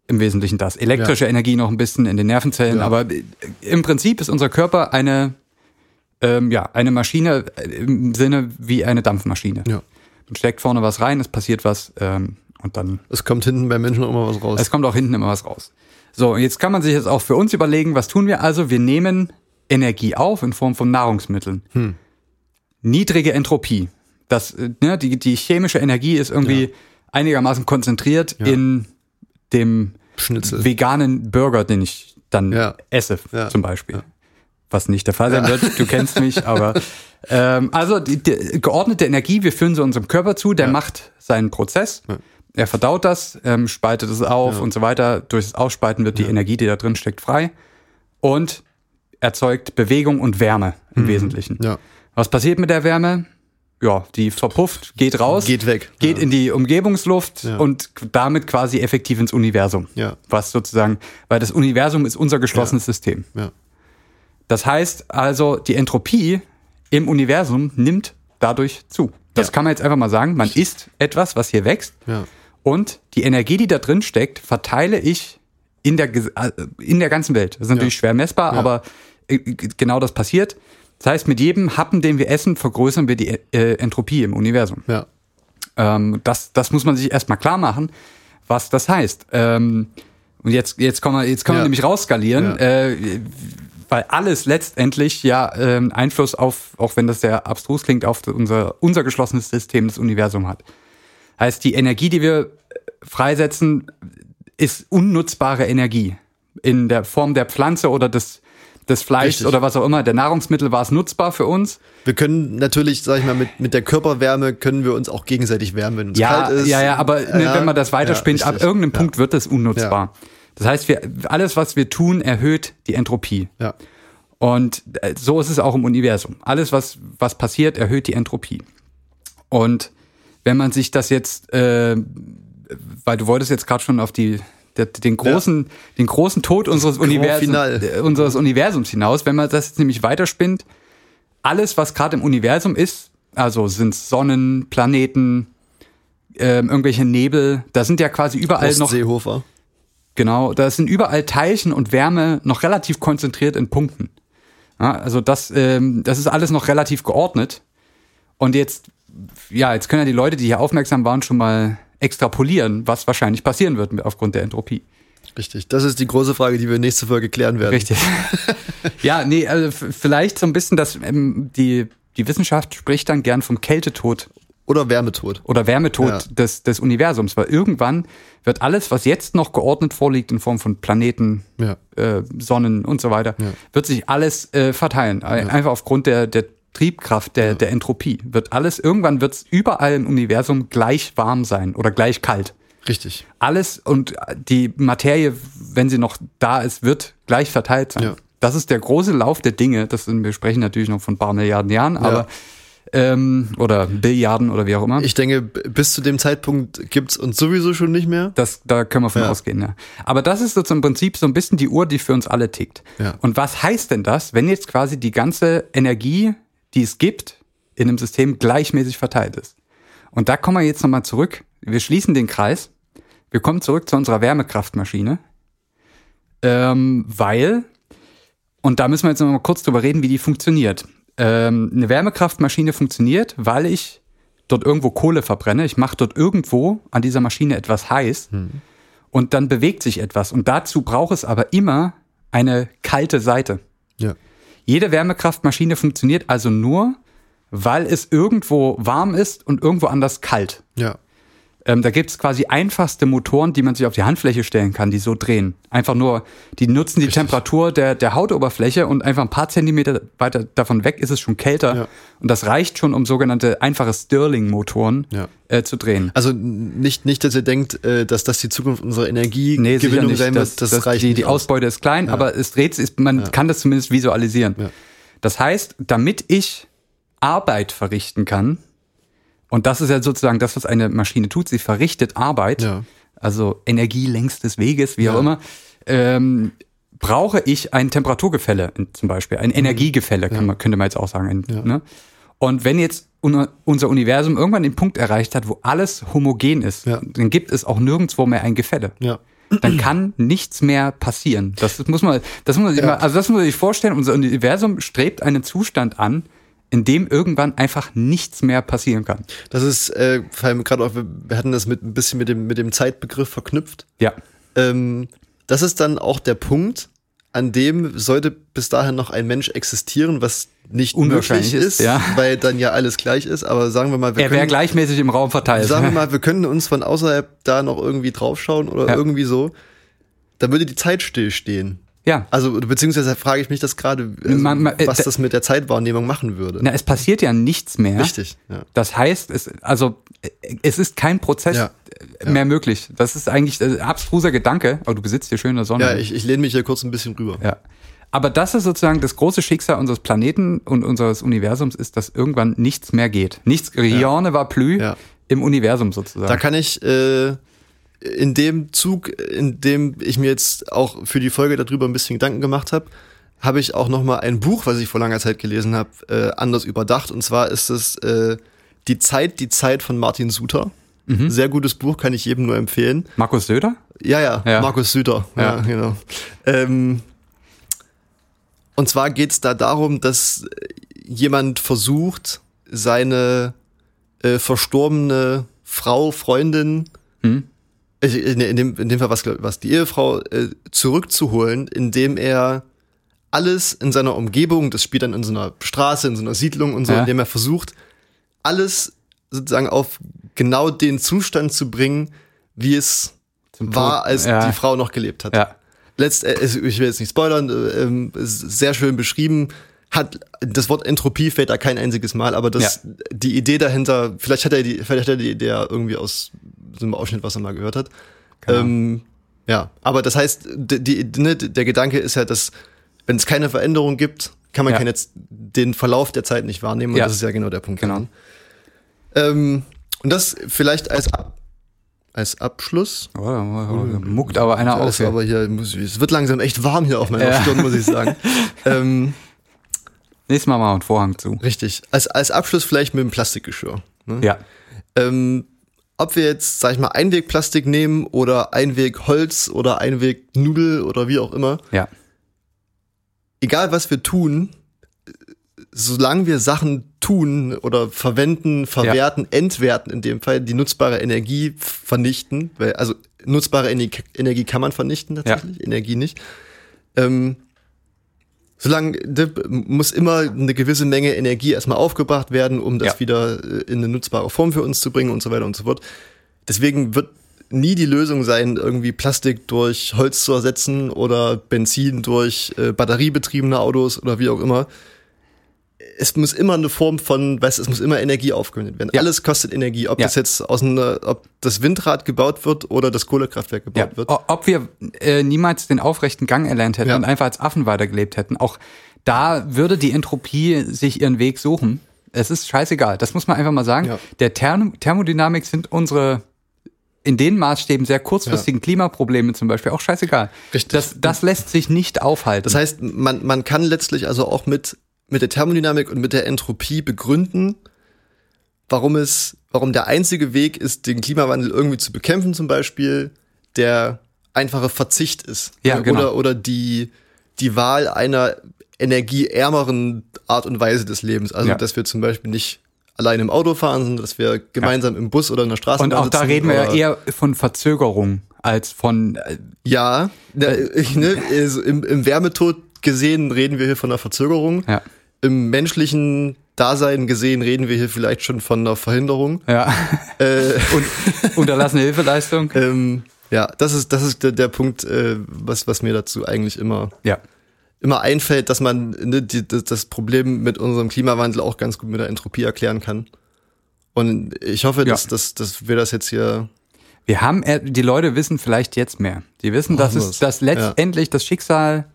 Im Wesentlichen das. Elektrische Energie noch ein bisschen in den Nervenzellen. Aber äh, im Prinzip ist unser Körper eine, ähm, ja, eine Maschine äh, im Sinne wie eine Dampfmaschine.
Ja.
Man steckt vorne was rein, es passiert was ähm, und dann
Es kommt hinten bei Menschen auch immer was raus.
es kommt auch hinten immer was raus. So, und jetzt kann man sich jetzt auch für uns überlegen, was tun wir also? Wir nehmen Energie auf in Form von Nahrungsmitteln. Niedrige Entropie. Das, äh, ne, die, die chemische Energie ist irgendwie einigermaßen konzentriert in dem
Schnitzel.
veganen Burger, den ich dann
Ja.
esse,
Ja.
zum Beispiel. Was nicht der Fall sein wird, du kennst mich, aber ähm, also die, die geordnete Energie, wir führen sie unserem Körper zu, der macht seinen Prozess, er verdaut das, ähm, spaltet es auf und so weiter. Durch das Ausspalten wird die Energie, die da drin steckt, frei und erzeugt Bewegung und Wärme im
Mhm.
Wesentlichen.
Ja.
Was passiert mit der Wärme? Ja, die verpufft, geht raus,
Geht weg.
geht
Ja.
in die Umgebungsluft und k- damit quasi effektiv ins Universum.
Ja.
Was sozusagen, weil das Universum ist unser geschlossenes System.
Ja.
Das heißt also, die Entropie im Universum nimmt dadurch zu. Das
Ja.
kann man jetzt einfach mal sagen. Man isst etwas, was hier wächst.
Ja.
Und die Energie, die da drin steckt, verteile ich in der, Ges- äh, in der ganzen Welt. Das ist natürlich schwer messbar, aber äh, g- genau das passiert. Das heißt, mit jedem Happen, den wir essen, vergrößern wir die äh, Entropie im Universum.
Ja.
Ähm, das, das muss man sich erstmal klar machen, was das heißt. Ähm, und jetzt, jetzt kann man, jetzt kann man
Ja.
nämlich rausskalieren,
Ja.
äh, weil alles letztendlich ja ähm, Einfluss auf, auch wenn das sehr abstrus klingt, auf unser, unser geschlossenes System, das Universum hat. Heißt, die Energie, die wir äh, freisetzen, ist unnutzbare Energie. In der Form der Pflanze oder des, des Fleischs
Richtig.
oder was auch immer. Der Nahrungsmittel war es nutzbar für uns.
Wir können natürlich, sag ich mal, mit, mit der Körperwärme können wir uns auch gegenseitig wärmen, wenn uns
ja,
kalt ist.
Ja, ja, aber ne,
Ja,
wenn man das weiterspinnt,
ja,
ab
richtig.
irgendeinem Punkt wird das unnutzbar. Das heißt, wir, alles, was wir tun, erhöht die Entropie.
Ja.
Und äh, so ist es auch im Universum. Alles, was, was passiert, erhöht die Entropie. Und wenn man sich das jetzt, äh, weil du wolltest jetzt gerade schon auf die, der, den großen, den großen Tod unseres
Grand
Universums,
Finale.
äh, unseres Universums hinaus, wenn man das jetzt nämlich weiterspinnt, alles, was gerade im Universum ist, also sind Sonnen, Planeten, ähm, irgendwelche Nebel, da sind ja quasi überall Halt noch
Ostseehofer.
Genau, da sind überall Teilchen und Wärme noch relativ konzentriert in Punkten. Ja, also das, ähm, das ist alles noch relativ geordnet. Und jetzt, ja, jetzt können ja die Leute, die hier aufmerksam waren, schon mal extrapolieren, was wahrscheinlich passieren wird mit- aufgrund der Entropie.
Richtig. Das ist die große Frage, die wir nächste Folge klären werden.
Richtig. ja, nee, also f- vielleicht so ein bisschen, dass ähm, die, die Wissenschaft spricht dann gern vom Kältetod
Oder Wärmetod.
oder Wärmetod
Ja.
des, des Universums, weil irgendwann wird alles, was jetzt noch geordnet vorliegt in Form von Planeten,
Ja.
äh, Sonnen und so weiter, wird sich alles äh, verteilen. Ein- Einfach aufgrund der, der Triebkraft, der, der Entropie. Wird alles, irgendwann wird es überall im Universum gleich warm sein oder gleich kalt.
Richtig.
Alles und die Materie, wenn sie noch da ist, wird gleich verteilt sein.
Ja.
Das ist der große Lauf der Dinge. Das sind, wir sprechen natürlich noch von ein paar Milliarden Jahren, aber ähm, oder Billiarden oder wie auch immer.
Ich denke, b- bis zu dem Zeitpunkt gibt's uns sowieso schon nicht mehr.
Das, da können wir von
Ja.
ausgehen, ja. Aber das ist jetzt im Prinzip so ein bisschen die Uhr, die für uns alle tickt.
Ja.
Und was heißt denn das, wenn jetzt quasi die ganze Energie, die es gibt, in einem System gleichmäßig verteilt ist? Und da kommen wir jetzt nochmal zurück. Wir schließen den Kreis. Wir kommen zurück zu unserer Wärmekraftmaschine. Ähm, weil, und da müssen wir jetzt nochmal kurz drüber reden, wie die funktioniert. Ähm, eine Wärmekraftmaschine funktioniert, weil ich dort irgendwo Kohle verbrenne. Ich mache dort irgendwo an dieser Maschine etwas heiß und dann bewegt sich etwas. Und dazu braucht es aber immer eine kalte Seite.
Ja.
Jede Wärmekraftmaschine funktioniert also nur, weil es irgendwo warm ist und irgendwo anders kalt.
Ja.
Ähm, da gibt's quasi einfachste Motoren, die man sich auf die Handfläche stellen kann, die so drehen. Einfach nur, die nutzen die Temperatur der, der Hautoberfläche und einfach ein paar Zentimeter weiter davon weg ist es schon kälter.
Ja.
Und das reicht schon, um sogenannte einfache Stirling-Motoren
Ja.
äh, zu drehen.
Also n- nicht, nicht, dass ihr denkt, äh, dass das die Zukunft unserer
Nee, sicher
Energiegewinnung
nicht.
sein
das,
wird. Das,
das,
reicht
die,
nicht.
die
aus.
Ausbeute ist klein, aber es dreht sich, man kann das zumindest visualisieren.
Ja.
Das heißt, damit ich Arbeit verrichten kann, und das ist ja sozusagen das, was eine Maschine tut, sie verrichtet Arbeit,
Ja.
also Energie längs des Weges, wie auch
Ja.
immer, ähm, brauche ich ein Temperaturgefälle in- zum Beispiel,
Mhm.
ein Energiegefälle, kann man, könnte man jetzt auch sagen. Ein, ne? Und wenn jetzt un unser Universum irgendwann den Punkt erreicht hat, wo alles homogen ist,
Ja.
dann gibt es auch nirgendwo mehr ein Gefälle
Ja.
dann kann nichts mehr passieren. Das muss man, das muss man sich mal, also das muss man sich vorstellen. Unser Universum strebt einen Zustand an, in dem irgendwann einfach nichts mehr passieren kann.
Das ist äh, vor allem gerade auch, wir wir hatten das mit ein bisschen mit dem, mit dem Zeitbegriff verknüpft.
Ja,
Ähm, das ist dann auch der Punkt, an dem sollte bis dahin noch ein Mensch existieren, was nicht
Unwahrscheinlich
möglich
ist,
ist,
ja.
weil dann ja alles gleich ist. Aber sagen wir mal, wir
er wäre
können,
gleichmäßig im Raum verteilt.
sagen wir mal, wir können uns von außerhalb da noch irgendwie draufschauen oder
Ja.
irgendwie so. Da würde die Zeit stillstehen.
ja,
Also beziehungsweise frage ich mich das gerade, also,
Man- man- äh,
was
da-
das mit der Zeitwahrnehmung machen würde.
na es passiert ja nichts mehr.
Richtig. Ja.
Das heißt, es, also äh, es ist kein Prozess
Ja.
äh, mehr möglich. Das ist eigentlich ein abstruser Gedanke. Aber du besitzt hier schöne Sonne.
Ja, ich, ich lehne mich hier kurz ein bisschen rüber.
Ja. Aber das ist sozusagen das große Schicksal unseres Planeten und unseres Universums ist, dass irgendwann nichts mehr geht. Nichts, rien ne va plus
Ja.
im Universum sozusagen.
Da kann ich äh, in dem Zug, in dem ich mir jetzt auch für die Folge darüber ein bisschen Gedanken gemacht habe, habe ich auch noch mal ein Buch, was ich vor langer Zeit gelesen habe, äh, anders überdacht. Und zwar ist es äh, Die Zeit, die Zeit von Martin Suter. Sehr gutes Buch, kann ich jedem nur empfehlen.
Markus Söder?
Ja, ja,
Ja.
Markus Süter. Ja,
Ja.
genau. Ähm, und zwar geht's da darum, dass jemand versucht, seine äh, verstorbene Frau, Freundin,
Hm?
ich- in, in, dem, in dem Fall was, was die Ehefrau, äh, zurückzuholen, indem er alles in seiner Umgebung, das spielt dann in so einer Straße, in so einer Siedlung und so,
Ja.
indem er versucht, alles sozusagen auf genau den Zustand zu bringen, wie es
Zum
war,
Tod.
als
ja.
die Frau noch gelebt hat.
Ja.
Letzt, äh, es- ich will jetzt nicht spoilern, äh, ähm, es ist sehr schön beschrieben. Hat, das Wort Entropie fällt da kein einziges Mal, aber das, die Idee dahinter,
Genau.
vielleicht hat er die, vielleicht hat er die Idee ja irgendwie aus so einem Ausschnitt, was er mal gehört hat.
Keine Ahnung.
Ähm, Ja, aber das heißt, die, die, ne, der Gedanke ist ja, dass wenn es keine Veränderung gibt, kann man
Ja.
keine, Z- den Verlauf der Zeit nicht wahrnehmen. Und
Ja.
das ist ja genau der Punkt.
Genau.
Ähm, und das vielleicht als, Ab als Abschluss.
Oh, oh, oh, muckt aber einer auf.
Alles
hier.
aber hier, muss, es wird langsam echt warm hier auf meiner
Ja.
Stirn, muss ich sagen. ähm,
Nächstes Mal mal einen Vorhang zu.
richtig. Als, als Abschluss vielleicht mit dem Plastikgeschirr. Ne?
Ja.
Ähm, ob wir jetzt, sag ich mal, Einwegplastik nehmen oder Einwegholz oder Einwegnudel oder wie auch immer,
Ja.
egal was wir tun, solange wir Sachen tun oder verwenden, verwerten, entwerten in dem Fall, die nutzbare Energie vernichten, weil, also nutzbare Ener- Energie kann man vernichten tatsächlich, Energie nicht. Ähm, solange ne, muss immer eine gewisse Menge Energie erstmal aufgebracht werden, um das
Ja.
wieder äh, in eine nutzbare Form für uns zu bringen und so weiter und so fort. Deswegen wird nie die Lösung sein, irgendwie Plastik durch Holz zu ersetzen oder Benzin durch äh, batteriebetriebene Autos oder wie auch immer. Es muss immer eine Form von, weißt, du, es muss immer Energie aufgewendet werden.
Ja.
Alles kostet Energie, ob
Ja.
das jetzt aus einer, ob das Windrad gebaut wird oder das Kohlekraftwerk
ja.
gebaut wird.
O- Ob wir äh, niemals den aufrechten Gang erlernt hätten
Ja.
und einfach als Affen weitergelebt hätten, auch da würde die Entropie sich ihren Weg suchen. Es ist scheißegal. Das muss man einfach mal sagen.
Ja.
Der Therm Thermodynamik sind unsere in den Maßstäben sehr kurzfristigen Klimaprobleme zum Beispiel auch scheißegal.
Richtig.
Das, das lässt sich nicht aufhalten.
Das heißt, man, man kann letztlich also auch mit, mit der Thermodynamik und mit der Entropie begründen, warum es, warum der einzige Weg ist, den Klimawandel irgendwie zu bekämpfen, zum Beispiel, der einfache Verzicht ist.
Ja,
oder,
genau.
oder die, die Wahl einer energieärmeren Art und Weise des Lebens. Also,
Ja.
dass wir zum Beispiel nicht allein im Auto fahren, sondern dass wir gemeinsam im Bus oder in der Straße
und auch da reden wir ja eher von Verzögerung als von äh,
Ja, ne, ne, also im, im Wärmetod gesehen reden wir hier von einer Verzögerung.
ja.
im menschlichen Dasein gesehen reden wir hier vielleicht schon von einer Verhinderung.
Ja.
Äh.
Und unterlassene Hilfeleistung.
Ähm, ja, das ist, das ist der, der Punkt, äh, was, was mir dazu eigentlich immer,
Ja.
immer einfällt, dass man ne, die, das, das Problem mit unserem Klimawandel auch ganz gut mit der Entropie erklären kann. Und ich hoffe,
Ja.
dass, dass, dass wir das jetzt hier.
Wir haben, äh, die Leute wissen vielleicht jetzt mehr. Die wissen, dass, es,
wir's.
dass letztendlich das Schicksal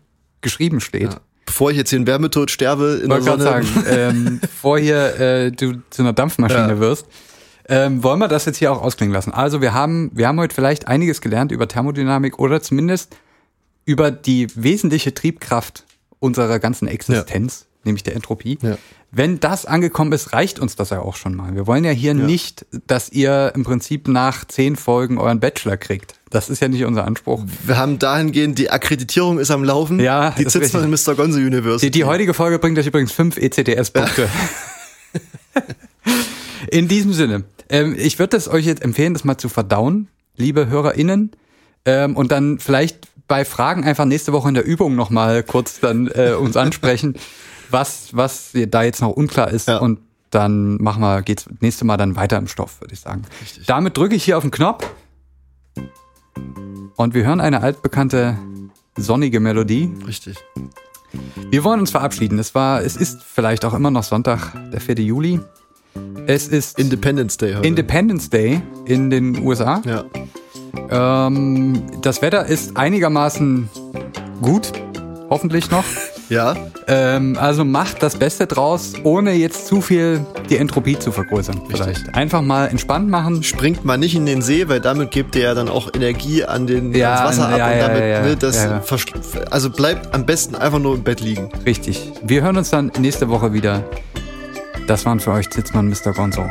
geschrieben steht.
Bevor ich jetzt hier in Wärmetod sterbe, in der
Wollte gerade
Sonne.
sagen, ähm, bevor hier äh, du zu einer Dampfmaschine
Ja.
wirst, ähm, wollen wir das jetzt hier auch ausklingen lassen. Also wir haben, wir haben heute vielleicht einiges gelernt über Thermodynamik oder zumindest über die wesentliche Triebkraft unserer ganzen Existenz, nämlich der Entropie.
Ja.
Wenn das angekommen ist, reicht uns das ja auch schon mal. Wir wollen ja hier nicht, dass ihr im Prinzip nach zehn Folgen euren Bachelor kriegt. Das ist ja nicht unser Anspruch.
Wir haben dahingehend, die Akkreditierung ist am Laufen.
Ja,
die
ist
sitzt noch in Mr. Gonzo Universe.
Die, die heutige Folge bringt euch übrigens fünf E ECDS-Punkte. In diesem Sinne, ähm, ich würde es euch jetzt empfehlen, das mal zu verdauen, liebe HörerInnen. Ähm, und dann vielleicht bei Fragen einfach nächste Woche in der Übung nochmal kurz dann äh, uns ansprechen, was, was da jetzt noch unklar ist.
Ja.
Und dann machen wir, geht's nächste Mal dann weiter im Stoff, würde ich sagen. Damit drücke ich hier auf den Knopf und wir hören eine altbekannte sonnige Melodie.
Richtig.
Wir wollen uns verabschieden. Es war, es ist vielleicht auch immer noch Sonntag, der 4. Juli. Es ist
Independence Day heute.
Independence Day in den USA.
ja.
Ähm, das Wetter ist einigermaßen gut, hoffentlich noch.
ja.
ähm, also macht das Beste draus, ohne jetzt zu viel die Entropie zu vergrößern. Vielleicht einfach mal entspannt machen.
springt mal nicht in den See, weil damit gebt ihr ja dann auch Energie an den
Ja,
ans Wasser ab
ja,
und
ja,
damit
ja,
ne, das
ja, ja.
verst- also bleibt am besten einfach nur im Bett liegen.
Richtig. Wir hören uns dann nächste Woche wieder. Das waren für euch Zitzmann Mr. Gonzo